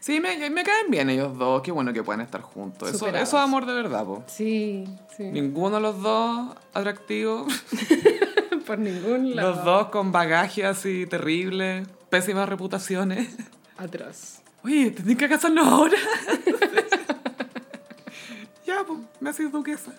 Speaker 1: Sí, me, me caen bien ellos dos, qué bueno que puedan estar juntos. Eso, eso
Speaker 2: Superados.
Speaker 1: es amor de verdad, po.
Speaker 2: Sí, sí.
Speaker 1: Ninguno de los dos atractivo,
Speaker 2: Por ningún lado.
Speaker 1: los dos con bagaje así terrible, pésimas reputaciones.
Speaker 2: Atroz.
Speaker 1: Oye, tenés que casarnos ahora. ya, pues, me haces duquesa.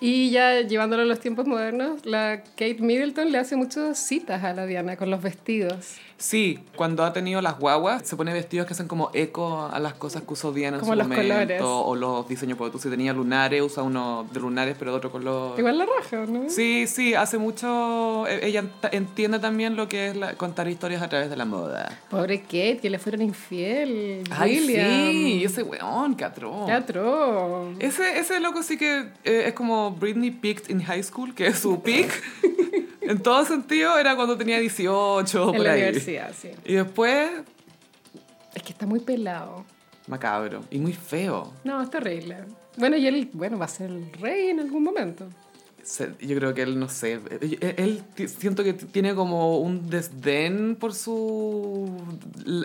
Speaker 2: Y ya llevándolo a los tiempos modernos, la Kate Middleton le hace muchas citas a la Diana con los vestidos.
Speaker 1: Sí, cuando ha tenido las guaguas, se pone vestidos que hacen como eco a las cosas que usó Diana en
Speaker 2: Como
Speaker 1: su
Speaker 2: los
Speaker 1: momento.
Speaker 2: colores.
Speaker 1: O los diseños, porque tú si tenía lunares, usa uno de lunares pero de otro color.
Speaker 2: Igual la raja, ¿no?
Speaker 1: Sí, sí, hace mucho... e- Ella ent- entiende también lo que es la- contar historias a través de la moda.
Speaker 2: Pobre Kate, que le fueron infiel.
Speaker 1: Ay,
Speaker 2: William.
Speaker 1: sí, ese weón, qué atroz.
Speaker 2: Qué atroz.
Speaker 1: Ese, ese loco sí que eh, es como Britney peaked in high school, que es su peak. en todo sentido, era cuando tenía 18,
Speaker 2: En
Speaker 1: por
Speaker 2: la
Speaker 1: ahí.
Speaker 2: universidad, sí.
Speaker 1: Y después,
Speaker 2: Es que está muy pelado.
Speaker 1: macabro. Y muy feo.
Speaker 2: No, está horrible. Bueno, y él, bueno, va a ser el rey en algún momento.
Speaker 1: Se- Yo creo que él, no sé, él, él ti- siento que t- tiene como un desdén por su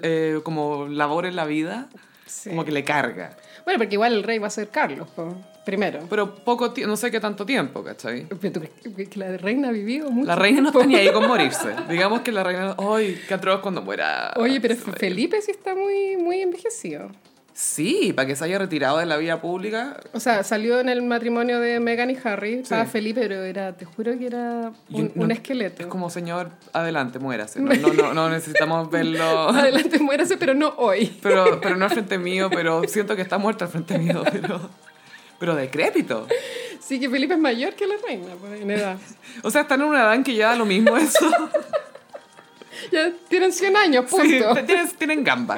Speaker 1: eh, como labor en la vida,
Speaker 2: Sí.
Speaker 1: como que le carga.
Speaker 2: Bueno, porque igual el rey va a ser Carlos, po, primero.
Speaker 1: Pero poco tie- no sé qué tanto tiempo, ¿cachai?
Speaker 2: Pero tú crees que la reina ha vivido mucho.
Speaker 1: La reina no está
Speaker 2: tiempo.
Speaker 1: ni ahí con morirse. Digamos que la reina, ay, qué atroz cuando muera.
Speaker 2: Oye, pero
Speaker 1: ese rey.
Speaker 2: Felipe sí está muy, muy envejecido.
Speaker 1: Sí, para que se haya retirado de la vida pública.
Speaker 2: O sea, salió en el matrimonio de Meghan y Harry, estaba
Speaker 1: Sí.
Speaker 2: Felipe, pero era, te juro que era
Speaker 1: Yo
Speaker 2: un,
Speaker 1: no-
Speaker 2: un esqueleto.
Speaker 1: Es como, señor, adelante, muérase. No, no, no, no necesitamos verlo.
Speaker 2: Adelante, muérase, pero no hoy.
Speaker 1: Pero, pero no al frente mío, pero siento que está muerto al frente mío, pero, pero decrépito.
Speaker 2: Sí, que Felipe es mayor que la reina, pues, en edad.
Speaker 1: O sea, están en una edad en que ya da lo mismo eso.
Speaker 2: Ya tienen 100 años, punto.
Speaker 1: Sí, te- tienes- tienen gamba.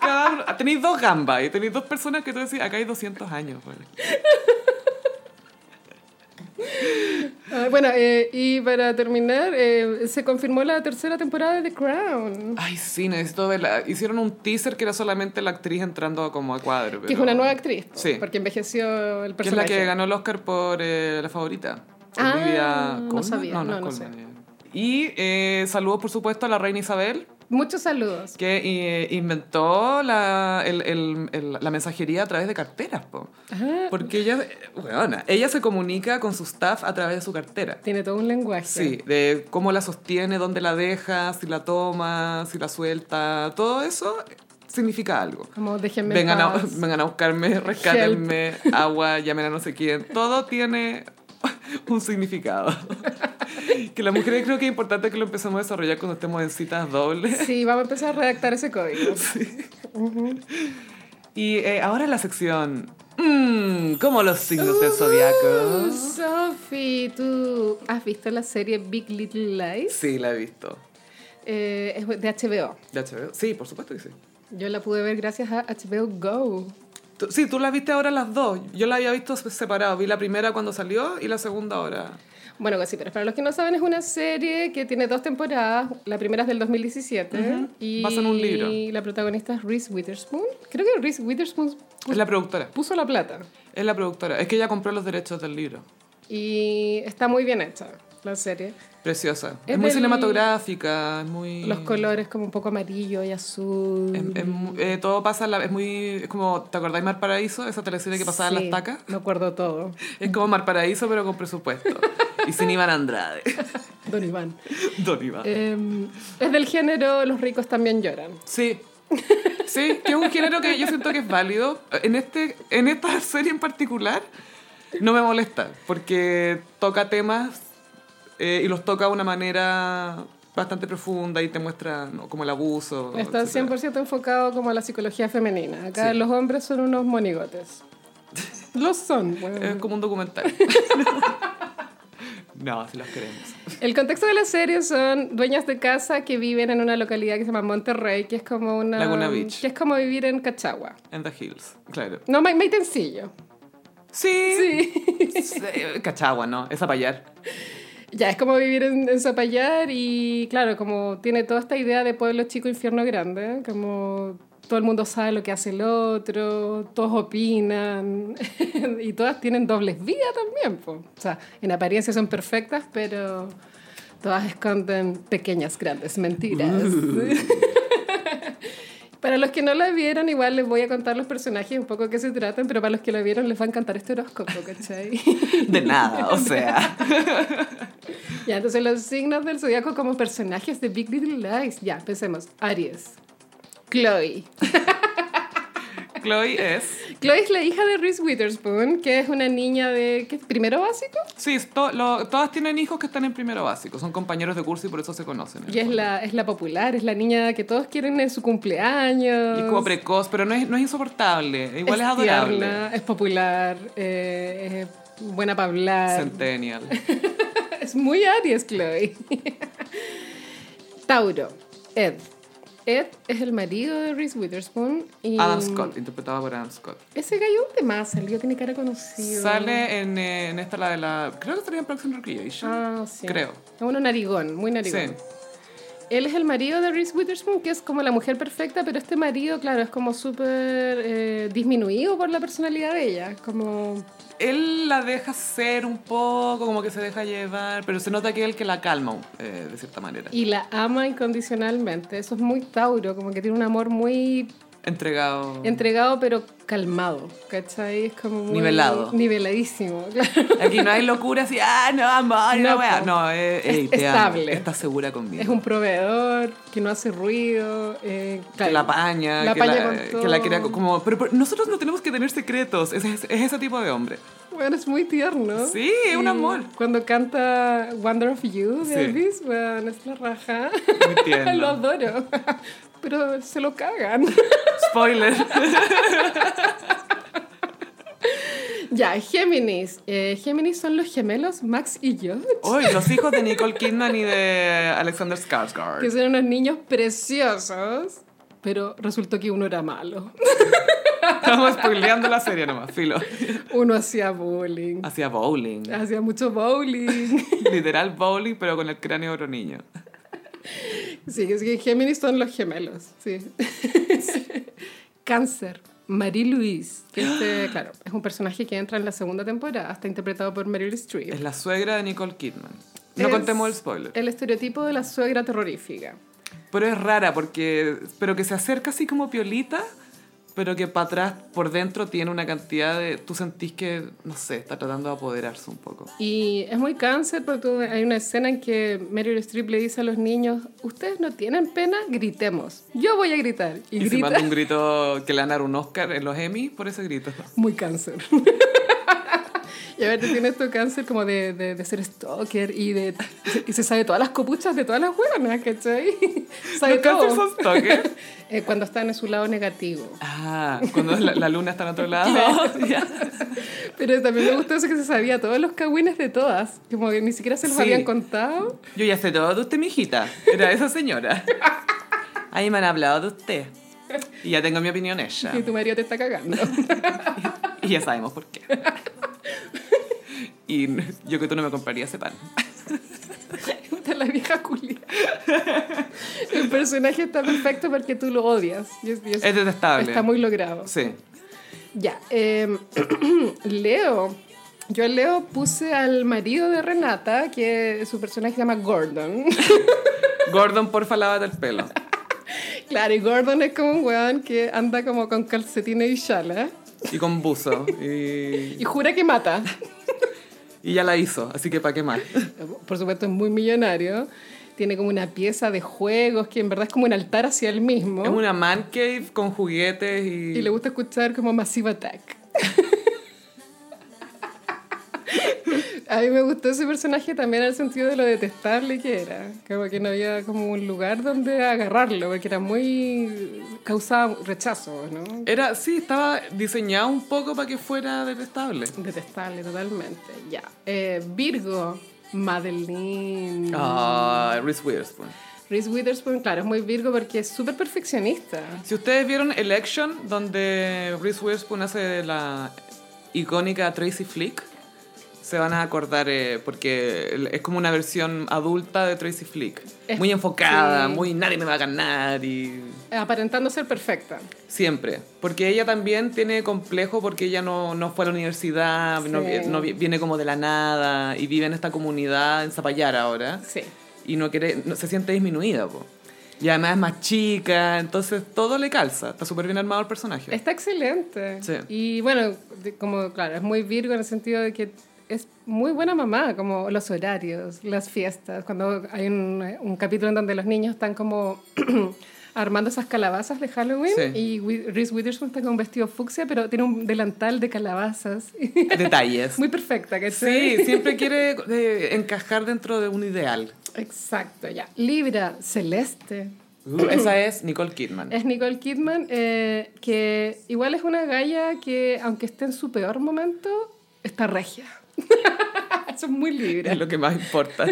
Speaker 1: Cada uno- tenéis dos gambas y tenéis dos personas que tú decís, acá hay 200 años. güey.
Speaker 2: Ah, bueno, eh, y para terminar, eh, se confirmó la tercera temporada de The Crown,
Speaker 1: Ay, sí, necesito verla. Hicieron un teaser que era solamente la actriz entrando como a cuadro.
Speaker 2: que es
Speaker 1: pero-
Speaker 2: una nueva actriz, po,
Speaker 1: Sí.
Speaker 2: porque envejeció el
Speaker 1: Que es la
Speaker 2: personaje.
Speaker 1: que ganó el Oscar por eh, la favorita.
Speaker 2: Ah,
Speaker 1: Olivia
Speaker 2: no
Speaker 1: Colman.
Speaker 2: sabía,
Speaker 1: No, no,
Speaker 2: no, no
Speaker 1: Colman, eh. Y eh, saludos, por supuesto, a la reina Isabel,
Speaker 2: Muchos saludos.
Speaker 1: que eh, inventó la, el- el- el- la mensajería a través de carteras. po.
Speaker 2: Ah,
Speaker 1: Porque ella, eh, weona, ella se comunica con su staff a través de su cartera.
Speaker 2: tiene todo un lenguaje.
Speaker 1: Sí, de cómo la sostiene, dónde la deja, si la toma, si la suelta, todo eso significa algo.
Speaker 2: Como déjenme en
Speaker 1: Vengan a,
Speaker 2: paz.
Speaker 1: vengan a buscarme, rescátenme, agua, llamen a no sé quién. Todo tiene un significado. Que las mujeres creo que es importante que lo empecemos a desarrollar cuando estemos en citas dobles.
Speaker 2: Sí, vamos a empezar a redactar ese código.
Speaker 1: Y eh, ahora la sección... Mmm, ¿Cómo los signos del zodiaco?
Speaker 2: Uh, Sophie, ¿tú has visto la serie Big Little Lies?
Speaker 1: Sí, la he visto.
Speaker 2: Eh, es de HBO.
Speaker 1: ¿De HBO? Sí, por supuesto que sí.
Speaker 2: Yo la pude ver gracias a HBO Go.
Speaker 1: Tú- sí, tú las viste ahora las dos. Yo la había visto separado. Vi la primera cuando salió y la segunda ahora.
Speaker 2: Bueno, pues sí, pero para los que no saben, es una serie que tiene dos temporadas. La primera es del 2017. y
Speaker 1: Basada en un libro.
Speaker 2: la protagonista es Reese Witherspoon. Creo que Reese Witherspoon
Speaker 1: Es la productora.
Speaker 2: puso la plata.
Speaker 1: Es la productora. Es que ella compró los derechos del libro.
Speaker 2: Y está muy bien hecha la serie.
Speaker 1: Preciosa. Es,
Speaker 2: Es
Speaker 1: muy
Speaker 2: del-
Speaker 1: cinematográfica, es muy...
Speaker 2: Los colores como un poco amarillo y azul.
Speaker 1: es- es mu- eh, todo pasa, en la- es muy... Es como, ¿te acordáis Mar Paraíso? Esa teleserie que pasaba en
Speaker 2: Sí,
Speaker 1: las tacas.
Speaker 2: Me acuerdo todo.
Speaker 1: Es como Mar Paraíso, pero con presupuesto. y sin Iván Andrade.
Speaker 2: Don Iván.
Speaker 1: Don Iván.
Speaker 2: Eh, es del género Los ricos también lloran.
Speaker 1: Sí. Sí, que es un género que yo siento que es válido. En, este, en esta serie en particular no me molesta, porque toca temas eh, y los toca de una manera bastante profunda y te muestra ¿no? como el abuso.
Speaker 2: Está
Speaker 1: etcétera.
Speaker 2: 100% enfocado como a la psicología femenina. Acá
Speaker 1: Oh, Sí.
Speaker 2: los hombres son unos monigotes. Los son.
Speaker 1: Es
Speaker 2: weón.
Speaker 1: como un documental. no, si los queremos.
Speaker 2: El contexto de la serie son dueñas de casa que viven en una localidad que se llama Monterrey, que es como una...
Speaker 1: Laguna Beach.
Speaker 2: Que es como vivir en Cachagua.
Speaker 1: En The Hills, claro.
Speaker 2: No, Ma- Maitencillo.
Speaker 1: Sí.
Speaker 2: Sí.
Speaker 1: sí. Cachagua, ¿no? Es apayar.
Speaker 2: Ya, es como vivir en, en Zapallar y claro, como tiene toda esta idea de pueblo chico, infierno grande, ¿eh? como todo el mundo sabe lo que hace el otro, todos opinan y todas tienen dobles vidas también. po. O sea, en apariencia son perfectas, pero todas esconden pequeñas, grandes mentiras. Para los que no la vieron, igual les voy a contar los personajes un poco de qué se tratan, pero para los que la vieron les va a encantar este horóscopo, ¿cachai?
Speaker 1: De nada, o sea.
Speaker 2: Ya, entonces los signos del zodiaco como personajes de Big Little Lies. Ya, empecemos. Aries. Chloe.
Speaker 1: Chloe es.
Speaker 2: Chloe es la hija de Reese Witherspoon, que es una niña de. ¿qué? ¿Primero básico?
Speaker 1: Sí, es to- lo- todas tienen hijos que están en primero básico. Son compañeros de curso y por eso se conocen.
Speaker 2: Y es la, es la popular, es la niña que todos quieren en su cumpleaños.
Speaker 1: Y es como precoz, pero no es, no es insoportable. Igual es,
Speaker 2: tierna,
Speaker 1: adorable.
Speaker 2: es popular, eh, es buena para hablar.
Speaker 1: Centennial.
Speaker 2: Es muy Aries, Chloe. Tauro. Ed. Ed es el marido de Reese Witherspoon. Y
Speaker 1: Adam Scott, interpretado por Adam Scott.
Speaker 2: Ese gallo de más salió, tiene cara conocido.
Speaker 1: Sale en, eh, en esta, la de la. Creo que sería en Parks and Recreation.
Speaker 2: Ah, sí.
Speaker 1: Creo.
Speaker 2: Es uno narigón, muy narigón.
Speaker 1: Sí.
Speaker 2: Él es el marido de Reese Witherspoon, que es como la mujer perfecta, pero este marido, claro, es como súper eh, disminuido por la personalidad de ella. Como.
Speaker 1: Él la deja ser un poco, como que se deja llevar, pero se nota que él que la calma eh, de cierta manera.
Speaker 2: Y la ama incondicionalmente. Eso es muy Tauro, como que tiene un amor muy
Speaker 1: Entregado.
Speaker 2: entregado, pero calmado. ¿Cachai? Es como muy.
Speaker 1: Nivelado.
Speaker 2: Niveladísimo, claro.
Speaker 1: Aquí no hay locura así, ah, no, amor, no,
Speaker 2: No,
Speaker 1: weá".
Speaker 2: po.
Speaker 1: No, eh, es,
Speaker 2: Es estable.
Speaker 1: Está segura conmigo.
Speaker 2: Es un proveedor que no hace ruido. eh,
Speaker 1: que
Speaker 2: claro.
Speaker 1: la apaña,
Speaker 2: La
Speaker 1: que,
Speaker 2: apaña
Speaker 1: la,
Speaker 2: con
Speaker 1: que la crea
Speaker 2: todo.
Speaker 1: como... Pero, pero nosotros no tenemos que tener secretos, es, es- es ese tipo de hombre.
Speaker 2: Bueno, es muy tierno.
Speaker 1: Sí, es un
Speaker 2: Y
Speaker 1: amor.
Speaker 2: Cuando canta Wonder of You de
Speaker 1: Sí.
Speaker 2: Elvis, bueno, es la raja.
Speaker 1: Muy tierno.
Speaker 2: lo adoro. Pero se lo cagan.
Speaker 1: Spoiler.
Speaker 2: ya, Géminis. Eh, Géminis son los gemelos Max y George.
Speaker 1: Uy, los hijos de Nicole Kidman y de Alexander Skarsgård.
Speaker 2: Que son unos niños preciosos. Pero resultó que uno era malo.
Speaker 1: Estamos spoileando la serie nomás, filo.
Speaker 2: Uno hacía bullying.
Speaker 1: Hacía bowling.
Speaker 2: Hacía mucho bowling.
Speaker 1: Literal bowling, pero con el cráneo de otro niño.
Speaker 2: Sí, es que Géminis son los gemelos, sí. Cáncer, Marie-Louise, que este, claro, es un personaje que entra en la segunda temporada, está interpretado por Meryl Streep.
Speaker 1: Es la suegra de Nicole Kidman. No
Speaker 2: Es eh
Speaker 1: contemos el spoiler.
Speaker 2: El estereotipo de la suegra terrorífica.
Speaker 1: Pero es rara porque... Pero que se acerca así como piolita, pero que para atrás, por dentro, tiene una cantidad de... Tú sentís que, no sé, está tratando de apoderarse un poco.
Speaker 2: Y es muy cáncer porque tú- hay una escena en que Meryl Streep le dice a los niños, ustedes no tienen pena, gritemos. Yo voy a gritar. Y,
Speaker 1: Y, se
Speaker 2: grita.
Speaker 1: manda un grito que le van a dar un Oscar en los Emmy por ese grito.
Speaker 2: Muy cáncer. Y a ver, tienes tu cáncer como de, de, de ser stalker y de y se sabe todas las copuchas de todas las hueonas, ¿cachai? Sabe
Speaker 1: Los cáncer
Speaker 2: todo.
Speaker 1: son stalker.
Speaker 2: Eh, cuando está en su lado negativo.
Speaker 1: Ah, cuando la, la luna está en otro lado. Ya.
Speaker 2: Pero también me gustó eso que se sabía todos los cagüines de todas, como que ni siquiera se los
Speaker 1: Sí.
Speaker 2: habían contado.
Speaker 1: Yo ya sé todo de usted, mijita. Era esa señora. Ahí me han hablado de usted. Y ya tengo mi opinión ella.
Speaker 2: Y tu marido te está cagando.
Speaker 1: Y ya sabemos por qué. Y yo que tú no me compraría ese pan.
Speaker 2: Puta, la vieja culia. El personaje está perfecto porque tú lo odias. Y es- y es-
Speaker 1: Es detestable.
Speaker 2: está muy logrado.
Speaker 1: Sí.
Speaker 2: Ya, em, Leo. Yo a Leo puse al marido de Renata, que su personaje se llama Gordon.
Speaker 1: Gordon, porfa, lávate el pelo.
Speaker 2: claro, y Gordon es como un weón que anda como con calcetines y chala.
Speaker 1: Y con buzo. Y,
Speaker 2: Y jura que mata.
Speaker 1: y ya la hizo, así que para qué más.
Speaker 2: Por supuesto es muy millonario. Tiene como una pieza de juegos que en verdad es como un altar hacia él mismo.
Speaker 1: Es una man cave con juguetes y...
Speaker 2: Y le gusta escuchar como Massive Attack. A mí me gustó ese personaje también en el sentido de lo detestable que era. Como que no había como un lugar donde agarrarlo, porque era muy... causaba rechazo, ¿no?
Speaker 1: Era, sí, estaba diseñado un poco para que fuera detestable.
Speaker 2: Detestable totalmente, ya. Eh, Virgo, Madeline.
Speaker 1: Ah, Reese Witherspoon.
Speaker 2: Reese Witherspoon, claro, es muy Virgo porque es súper perfeccionista.
Speaker 1: Si ustedes vieron Election, donde Reese Witherspoon hace de la icónica Tracy Flick, se van a acordar eh, porque es como una versión adulta de Tracy Flick.
Speaker 2: Es-
Speaker 1: muy enfocada,
Speaker 2: sí.
Speaker 1: muy nadie me va a ganar y
Speaker 2: Aparentando ser perfecta.
Speaker 1: Siempre, porque ella también tiene complejo porque ella no, no fue a la universidad, no,
Speaker 2: Sí.
Speaker 1: no vi- viene como de la nada y vive en esta comunidad en Zapallara ahora
Speaker 2: Sí.
Speaker 1: y no quiere, no- se siente disminuida. po. Y además es más chica, entonces todo le calza, está súper bien armado el personaje.
Speaker 2: Está excelente.
Speaker 1: Sí.
Speaker 2: Y bueno, de- como claro, es muy Virgo en el sentido de que es muy buena mamá, como los horarios, las fiestas, cuando hay un, un capítulo en donde los niños están como armando esas calabazas de Halloween
Speaker 1: Sí.
Speaker 2: y Wi- Reese Witherspoon está con un vestido fucsia, pero tiene un delantal de calabazas.
Speaker 1: Detalles.
Speaker 2: muy perfecta, ¿cachai?
Speaker 1: Sí, siempre quiere eh, encajar dentro de un ideal.
Speaker 2: Exacto, ya. Libra, celeste.
Speaker 1: Uh, esa es Nicole Kidman.
Speaker 2: Es Nicole Kidman, eh, que igual es una galla que, aunque esté en su peor momento, está regia. Eso es muy
Speaker 1: Es
Speaker 2: libre.
Speaker 1: lo que más importa.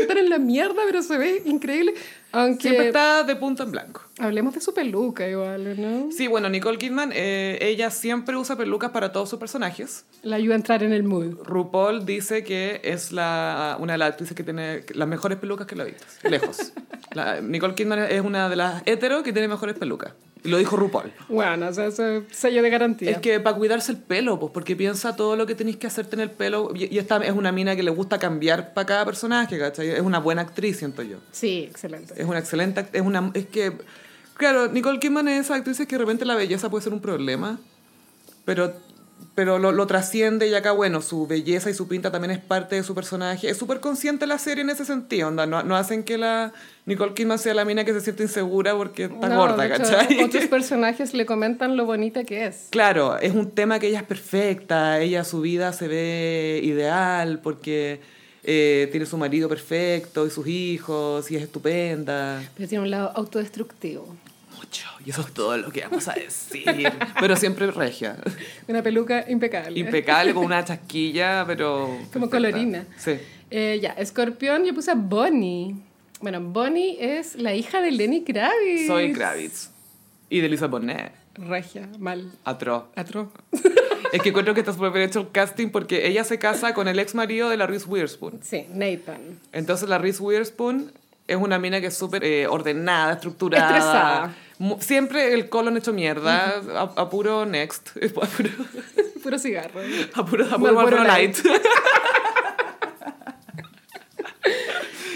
Speaker 2: Están en la mierda, pero se ve increíble.
Speaker 1: Siempre
Speaker 2: Aunque
Speaker 1: está de punto en blanco.
Speaker 2: hablemos de su peluca igual, ¿no?
Speaker 1: Sí, bueno, Nicole Kidman, eh, ella siempre usa pelucas para todos sus personajes.
Speaker 2: La ayuda a entrar en el mood.
Speaker 1: RuPaul dice que es la, una de las actrices que tiene las mejores pelucas que lo he visto, lejos. La- Nicole Kidman es una de las hetero que tiene mejores pelucas. Y lo dijo RuPaul.
Speaker 2: Bueno, o sea, eso es sello de garantía.
Speaker 1: Es que para cuidarse el pelo, pues porque piensa todo lo que tenéis que hacerte en el pelo. Y, y esta es una mina que le gusta cambiar para cada personaje, ¿cachai? Es una buena actriz, siento yo.
Speaker 2: Sí, excelente.
Speaker 1: Es una excelente act- es una Es que, claro, Nicole Kidman es esa actriz que de repente la belleza puede ser un problema, pero, pero lo, lo trasciende y acá, bueno, su belleza y su pinta también es parte de su personaje. Es súper consciente la serie en ese sentido, onda, no, no hacen que la Nicole Kidman sea la mina que se siente insegura porque está
Speaker 2: No,
Speaker 1: gorda,
Speaker 2: de hecho,
Speaker 1: ¿cachai?
Speaker 2: Otros personajes le comentan lo bonita que es.
Speaker 1: Claro, es un tema que ella es perfecta, ella su vida se ve ideal porque eh, tiene su marido perfecto y sus hijos y es estupenda.
Speaker 2: Pero tiene un lado autodestructivo.
Speaker 1: Mucho. Y eso es todo lo que vamos a decir. Pero siempre regia.
Speaker 2: Una peluca impecable.
Speaker 1: Impecable, con una chasquilla, pero...
Speaker 2: Como
Speaker 1: perfecta.
Speaker 2: colorina.
Speaker 1: Sí.
Speaker 2: Eh, ya, escorpión, yo puse a Bonnie. Bueno, Bonnie es la hija de Lenny Kravitz.
Speaker 1: Soy Kravitz. Y de Lisa Bonet.
Speaker 2: Regia, mal.
Speaker 1: Atroz.
Speaker 2: Atro.
Speaker 1: Es que encuentro que está súper bien hecho el casting porque ella se casa con el ex marido de la Reese Witherspoon.
Speaker 2: Sí, Nathan.
Speaker 1: Entonces la Reese Witherspoon es una mina que es súper eh, ordenada, estructurada.
Speaker 2: Estresada.
Speaker 1: Mu- Siempre el colon hecho mierda, a, a puro next, a puro,
Speaker 2: Puro cigarro.
Speaker 1: a puro, a puro
Speaker 2: Marlboro
Speaker 1: Marlboro
Speaker 2: Light.
Speaker 1: Light.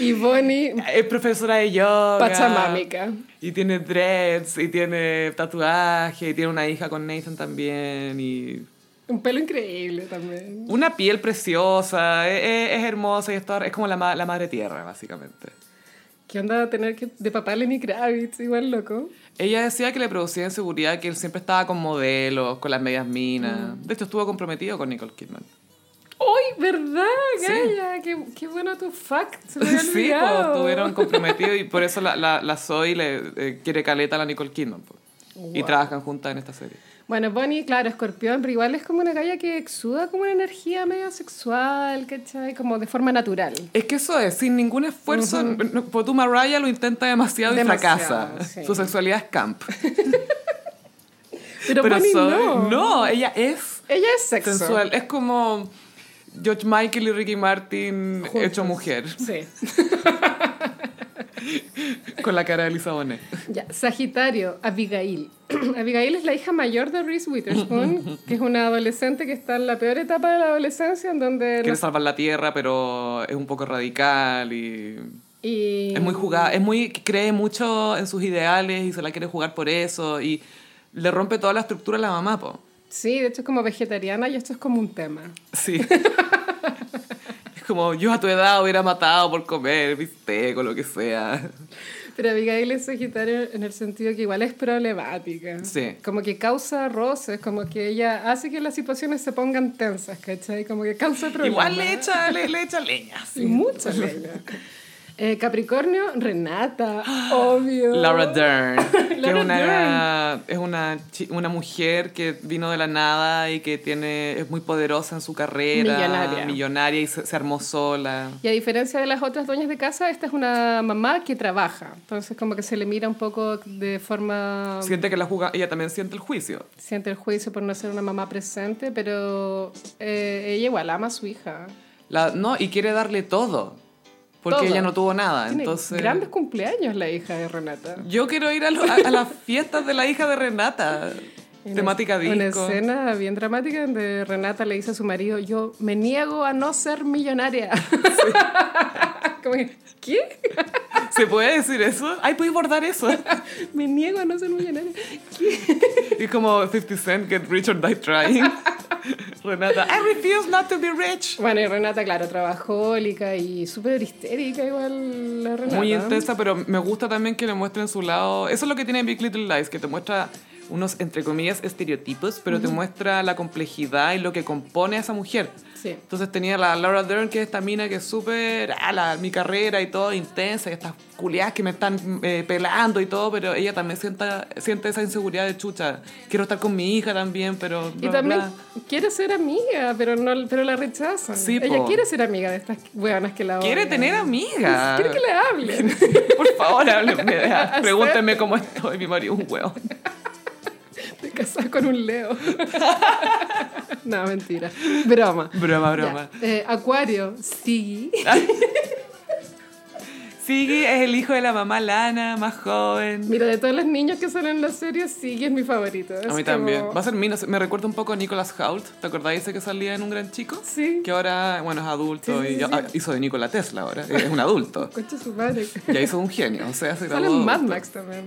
Speaker 2: Y Bonnie,
Speaker 1: Es profesora de yoga.
Speaker 2: pachamámica.
Speaker 1: Y tiene dreads, y tiene tatuaje, y tiene una hija con Nathan también, y
Speaker 2: Un pelo increíble también.
Speaker 1: una piel preciosa, e- e- es, hermosa, y es, toda- es como la, ma- la madre tierra, básicamente.
Speaker 2: ¿Qué onda tener que de papá Lenny Kravitz? Igual loco.
Speaker 1: Ella decía que le producía inseguridad, que él siempre estaba con modelos, con las medias minas. De hecho, estuvo comprometido con Nicole Kidman.
Speaker 2: ¡Uy, verdad,
Speaker 1: Sí.
Speaker 2: Gaya! Qué, qué bueno tu fact! Se me había
Speaker 1: Sí, pues,
Speaker 2: olvidado.
Speaker 1: estuvieron comprometidos y por eso la, la, la Zoe le eh, quiere caleta a la Nicole Kidman. po. Y
Speaker 2: Wow.
Speaker 1: trabajan juntas en esta serie.
Speaker 2: Bueno, Bonnie, claro, escorpión, pero igual es como una galla que exuda como una energía medio sexual, ¿cachai? Como de forma natural.
Speaker 1: Es que eso es, sin ningún esfuerzo, no- por tu Mariah lo intenta demasiado,
Speaker 2: Demasiado,
Speaker 1: y fracasa.
Speaker 2: sí.
Speaker 1: Su sexualidad es camp.
Speaker 2: Pero, Bonnie
Speaker 1: Zoe-
Speaker 2: no.
Speaker 1: no, ella es
Speaker 2: Ella es sexo.
Speaker 1: sensual. Es como George Michael y Ricky Martin
Speaker 2: Juntos.
Speaker 1: hecho mujer,
Speaker 2: Sí.
Speaker 1: con la cara de Lisa Bonet.
Speaker 2: Ya, Sagitario, Abigail. Abigail es la hija mayor de Reese Witherspoon, que es una adolescente que está en la peor etapa de la adolescencia, en donde...
Speaker 1: Quiere
Speaker 2: no-
Speaker 1: salvar la tierra, pero es un poco radical y...
Speaker 2: y-
Speaker 1: Es muy jugada, es muy, cree mucho en sus ideales y se la quiere jugar por eso y le rompe toda la estructura a la mamá, po.
Speaker 2: Sí, de hecho es como vegetariana y esto es como un tema.
Speaker 1: Sí. es como, yo a tu edad hubiera matado por comer bistec o lo que sea.
Speaker 2: Pero Abigail es Sagitario en el sentido que igual es problemática.
Speaker 1: Sí.
Speaker 2: Como que causa roces, como que ella hace que las situaciones se pongan tensas, ¿cachai? Como que causa problemas.
Speaker 1: Igual le echa, le, le echa leña.
Speaker 2: Y muchas leña. Eh, Capricornio, Renata, obvio.
Speaker 1: Laura Dern, que es
Speaker 2: Laura
Speaker 1: una, es una, chi- una mujer que vino de la nada y que tiene, es muy poderosa en su carrera,
Speaker 2: Millonaria.
Speaker 1: millonaria y se, se armó sola.
Speaker 2: Y a diferencia de las otras dueñas de casa, esta es una mamá que trabaja. Entonces como que se le mira un poco de forma...
Speaker 1: Siente que la juga, ella también siente el juicio.
Speaker 2: Siente el juicio por no ser una mamá presente, pero eh, ella igual ama a su hija.
Speaker 1: La- no, y quiere darle todo, porque
Speaker 2: Todo.
Speaker 1: ella no tuvo nada.
Speaker 2: Tiene
Speaker 1: entonces,
Speaker 2: grandes cumpleaños la hija de Renata.
Speaker 1: yo quiero ir a, lo- a- a las fiestas de la hija de Renata.
Speaker 2: Una-
Speaker 1: Temática disco.
Speaker 2: Una escena bien dramática donde Renata le dice a su marido, yo me niego a no ser millonaria. Como que, ¿qué?
Speaker 1: ¿Se puede decir eso? Ay, puedes bordar eso.
Speaker 2: Me niego a no ser millonaria.
Speaker 1: Y como 50 Cent, get rich or die trying. Renata, I refuse not to be rich.
Speaker 2: Bueno, y Renata, claro, trabajólica y súper histérica igual la Renata.
Speaker 1: Muy intensa, pero me gusta también que le muestren su lado. Eso es lo que tiene Big Little Lies, que te muestra unos, entre comillas, estereotipos, pero te muestra la complejidad y lo que compone a esa mujer.
Speaker 2: Sí.
Speaker 1: Entonces tenía la Laura Dern, que es esta mina que es súper, ah, la- mi carrera y todo, intensa, y estas culiadas que me están eh, pelando y todo, pero ella también sienta, siente esa inseguridad de chucha. Quiero estar con mi hija también, pero...
Speaker 2: Y
Speaker 1: bla,
Speaker 2: también
Speaker 1: bla".
Speaker 2: quiere ser amiga, pero no pero la rechazan.
Speaker 1: Sí,
Speaker 2: Ella
Speaker 1: po.
Speaker 2: quiere ser amiga de estas hueonas que la
Speaker 1: Quiere
Speaker 2: odian.
Speaker 1: tener amigas.
Speaker 2: Quiere que le hablen.
Speaker 1: Por favor, háblenme. Pregúntenme cómo estoy, mi marido es un huevo.
Speaker 2: Te casas con un Leo. no, mentira. Broma.
Speaker 1: Broma, broma.
Speaker 2: Ya. Eh, Acuario, sí.
Speaker 1: Siggy es el hijo de la mamá Lana, más joven.
Speaker 2: Mira, de todos los niños que salen en la serie, Siggy es mi favorito. Es
Speaker 1: A mí
Speaker 2: como-
Speaker 1: también. Va a ser Minos. Me recuerda un poco a Nicolas Hoult. ¿Te acordáis ese que salía en Un Gran Chico?
Speaker 2: Sí.
Speaker 1: Que ahora, bueno, es adulto
Speaker 2: Sí, sí,
Speaker 1: y
Speaker 2: sí,
Speaker 1: ah, hizo de Nikola Tesla ahora. Es un adulto.
Speaker 2: Concha su madre.
Speaker 1: Ya hizo un genio. O sea, se
Speaker 2: Sale
Speaker 1: graduó
Speaker 2: en Mad
Speaker 1: adulto.
Speaker 2: Max también.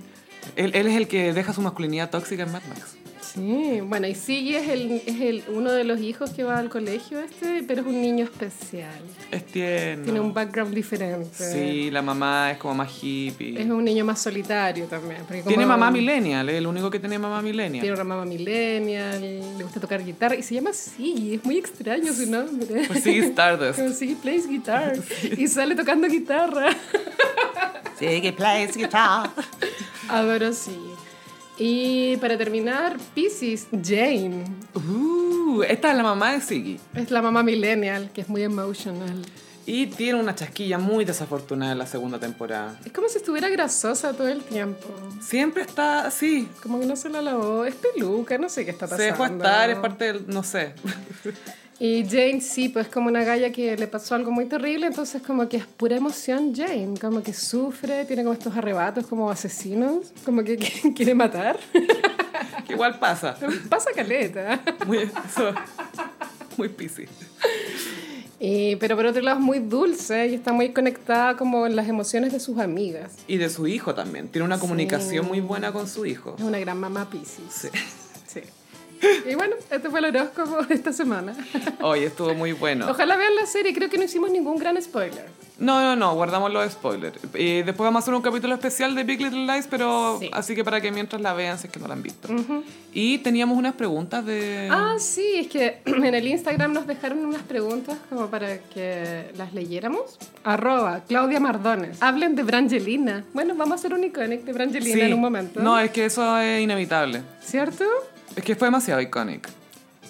Speaker 1: Él, él es el que deja su masculinidad tóxica en Mad Max.
Speaker 2: Sí, bueno, y Siggy es, el, es el, uno de los hijos que va al colegio este, pero es un niño especial.
Speaker 1: Es tierno.
Speaker 2: Tiene un background diferente.
Speaker 1: Sí, la mamá es como más hippie.
Speaker 2: Es un niño más solitario también. porque como-
Speaker 1: Tiene mamá millennial. Es el único que tiene mamá
Speaker 2: Tiene
Speaker 1: millennial.
Speaker 2: una mamá millennial, le gusta tocar guitarra y se llama Siggy. Es muy extraño su nombre.
Speaker 1: Pues sí, Stardust.
Speaker 2: Como Siggy plays guitar y sale tocando guitarra.
Speaker 1: Siggy plays guitar.
Speaker 2: Adoro Siggy. Y para terminar, Pisces, Jane.
Speaker 1: Uh, esta es la mamá de Siggy.
Speaker 2: Es la mamá millennial, que es muy emotional.
Speaker 1: Y tiene una chasquilla muy desafortunada en la segunda temporada.
Speaker 2: Es como si estuviera grasosa todo el tiempo.
Speaker 1: Siempre está así.
Speaker 2: Como que no se la lavó. Es peluca, no sé qué está
Speaker 1: Se
Speaker 2: pasando.
Speaker 1: dejó estar, es parte del. No sé.
Speaker 2: Y Jane sí, pues como una galla que le pasó algo muy terrible, entonces como que es pura emoción Jane, como que sufre, tiene como estos arrebatos como asesinos, como que qu- quiere matar.
Speaker 1: Que Igual pasa.
Speaker 2: Pasa caleta.
Speaker 1: Muy, eso- muy piscis.
Speaker 2: Y, pero por otro lado es muy dulce y está muy conectada como en las emociones de sus amigas.
Speaker 1: Y de su hijo también. Tiene una comunicación
Speaker 2: Sí.
Speaker 1: muy buena con su hijo.
Speaker 2: Es una gran mamá Pisces.
Speaker 1: Sí.
Speaker 2: Sí. Y bueno, este fue el horóscopo de esta semana.
Speaker 1: Hoy estuvo muy bueno.
Speaker 2: Ojalá vean la serie, creo que no hicimos ningún gran spoiler.
Speaker 1: No, no, no, guardamos los spoilers. Y después vamos a hacer un capítulo especial de Big Little Lies, pero
Speaker 2: Sí.
Speaker 1: así que para que mientras la vean, si es que no la han visto. Y teníamos unas preguntas de.
Speaker 2: Ah, sí, es que en el Instagram nos dejaron unas preguntas como para que las leyéramos. Arroba, Claudia Mardones. Hablen de Brangelina. Bueno, vamos a hacer un iconic de Brangelina
Speaker 1: Sí.
Speaker 2: en un momento.
Speaker 1: No, es que eso es inevitable.
Speaker 2: ¿Cierto?
Speaker 1: Es que fue demasiado icónico.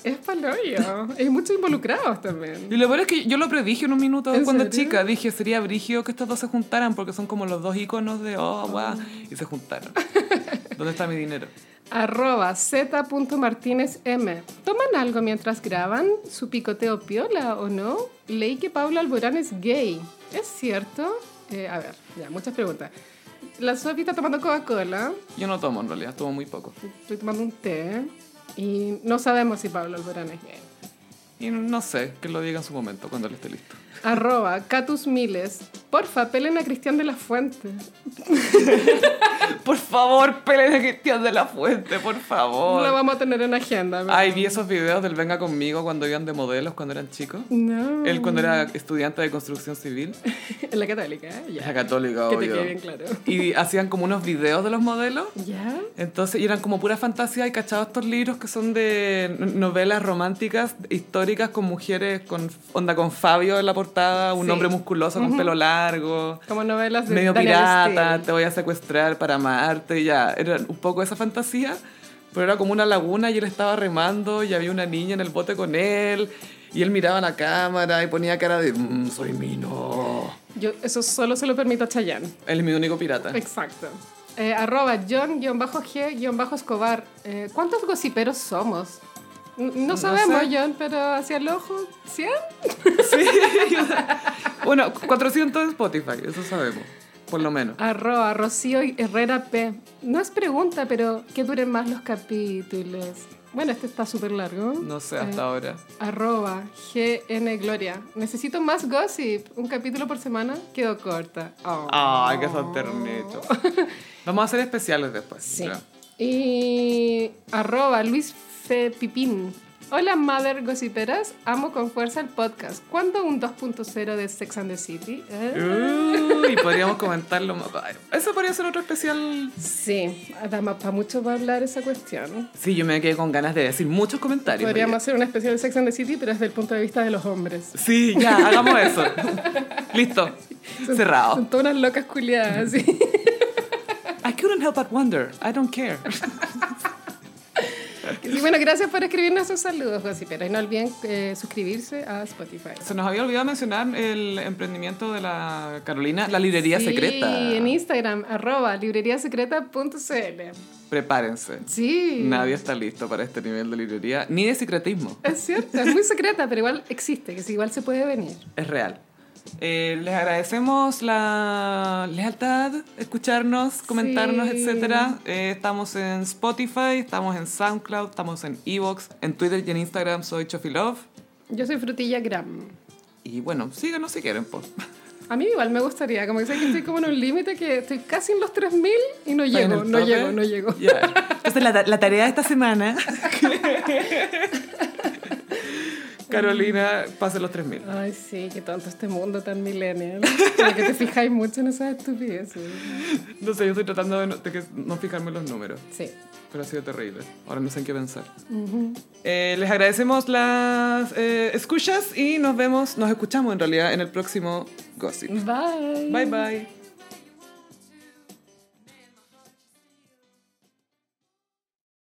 Speaker 2: Es paloyo. Hay muchos involucrados
Speaker 1: Y
Speaker 2: también.
Speaker 1: lo peor es que yo lo predije en un minuto
Speaker 2: ¿En
Speaker 1: cuando
Speaker 2: serio?
Speaker 1: chica. Dije, sería brigio que estos dos se juntaran porque son como los dos iconos de oh, guau. Y se juntaron. ¿Dónde está mi dinero?
Speaker 2: Arroba, z.martínezm. ¿Toman algo mientras graban? ¿Su picoteo piola o no? Leí que Paula Alborán es gay. ¿Es cierto? Eh, a ver, ya, muchas preguntas. La Sofi está tomando Coca-Cola.
Speaker 1: Yo no tomo en realidad, tomo muy poco.
Speaker 2: Estoy tomando un té y no sabemos si Pablo Alborán es gay.
Speaker 1: Y no sé, que lo diga en su momento, cuando él esté listo.
Speaker 2: Arroba Catus Miles. Porfa, pelen a Cristian de la Fuente.
Speaker 1: Por favor, peleen a Cristian de la Fuente, por favor.
Speaker 2: No la vamos a tener en agenda. pero-
Speaker 1: Oh. Ay, vi esos videos del Venga Conmigo cuando iban de modelos cuando eran chicos.
Speaker 2: No.
Speaker 1: Él cuando era estudiante de construcción civil,
Speaker 2: En la católica, ¿eh? ya.
Speaker 1: era católica,
Speaker 2: Que te
Speaker 1: obvio.
Speaker 2: quede bien claro.
Speaker 1: Y hacían como unos videos de los modelos.
Speaker 2: ¿Ya?
Speaker 1: Entonces, y eran como pura fantasía y cachados estos libros que son de n- novelas románticas históricas con mujeres, con onda con Fabio en la portada, un
Speaker 2: Sí.
Speaker 1: hombre musculoso con pelo largo,
Speaker 2: Como novelas de
Speaker 1: medio
Speaker 2: Daniel
Speaker 1: pirata,
Speaker 2: Steele.
Speaker 1: te voy a secuestrar para amarte, y ya. Era un poco esa fantasía, pero era como una laguna y él estaba remando y había una niña en el bote con él y él miraba la cámara y ponía cara de, "Mm, soy Mino.
Speaker 2: Yo, eso solo se lo permito a Chayanne.
Speaker 1: Él es mi único pirata.
Speaker 2: Exacto. Eh, arroba John-G-Escobar. Eh, ¿Cuántos gossiperos somos? N- No, sabemos,
Speaker 1: sé.
Speaker 2: John, pero hacia el ojo, ¿100?
Speaker 1: Sí. bueno, 400 en Spotify, eso sabemos, por lo menos.
Speaker 2: Arroba Rocío Herrera P. No es pregunta, pero que duren más los capítulos. Bueno, este está súper largo.
Speaker 1: No sé,
Speaker 2: Eh,
Speaker 1: hasta ahora.
Speaker 2: Arroba GN Gloria. Necesito más gossip. Un capítulo por semana quedó corta. Oh.
Speaker 1: Ay, que son ternitos. Vamos a hacer especiales después.
Speaker 2: Sí.
Speaker 1: ya.
Speaker 2: Y arroba Luis Fe Pipín. Hola, Mother Gossiperas. Amo con fuerza el podcast. ¿Cuándo un 2.0 de Sex and the City? Eh,
Speaker 1: Uh, y podríamos comentarlo más. Ay, Eso podría ser otro especial.
Speaker 2: Sí, dama, para mucho va a hablar esa cuestión.
Speaker 1: Sí, yo me quedé con ganas de decir muchos comentarios.
Speaker 2: Podríamos hacer una especial de Sex and the City, pero desde el punto de vista de los hombres.
Speaker 1: Sí, ya, hagamos eso. Listo. Cerrado.
Speaker 2: Son todas unas locas culiadas, sí.
Speaker 1: I couldn't help but wonder. I don't care.
Speaker 2: Y bueno, gracias por escribirnos sus saludos, Gossiperas. Y no olviden eh, suscribirse a Spotify.
Speaker 1: Se nos había olvidado mencionar el emprendimiento de la Carolina, la librería
Speaker 2: Sí,
Speaker 1: secreta.
Speaker 2: en Instagram, arroba libreriasecreta.cl.
Speaker 1: Prepárense.
Speaker 2: Sí.
Speaker 1: Nadie está listo para este nivel de librería, ni de secretismo.
Speaker 2: Es cierto, es muy secreta, pero igual existe, que sí, igual se puede venir.
Speaker 1: Es real. Eh, les agradecemos la lealtad, escucharnos, comentarnos,
Speaker 2: Sí.
Speaker 1: etcétera Eh, estamos en Spotify, estamos en SoundCloud, estamos en Evox, en Twitter y en Instagram soy Chofilov.
Speaker 2: Yo soy frutilla gram.
Speaker 1: Y bueno, síganos si quieren, po.
Speaker 2: A mí igual me gustaría, como que sé que estoy como en un límite que estoy casi en los 3000 y no
Speaker 1: Está en
Speaker 2: llego,
Speaker 1: el
Speaker 2: no
Speaker 1: tope.
Speaker 2: llego, no llego.
Speaker 1: Ya. Entonces, la, la tarea de esta semana. Carolina, pase los 3000.
Speaker 2: Ay, sí, qué tonto este mundo tan millennial. Como que te fijáis mucho en esas estupideces.
Speaker 1: No sé, yo estoy tratando de no, de que- no fijarme en los números.
Speaker 2: Sí.
Speaker 1: Pero ha sido terrible. Ahora no sé en qué pensar. Eh, les agradecemos las eh, escuchas y nos vemos, nos escuchamos en realidad en el próximo Gossip.
Speaker 2: Bye.
Speaker 1: Bye bye.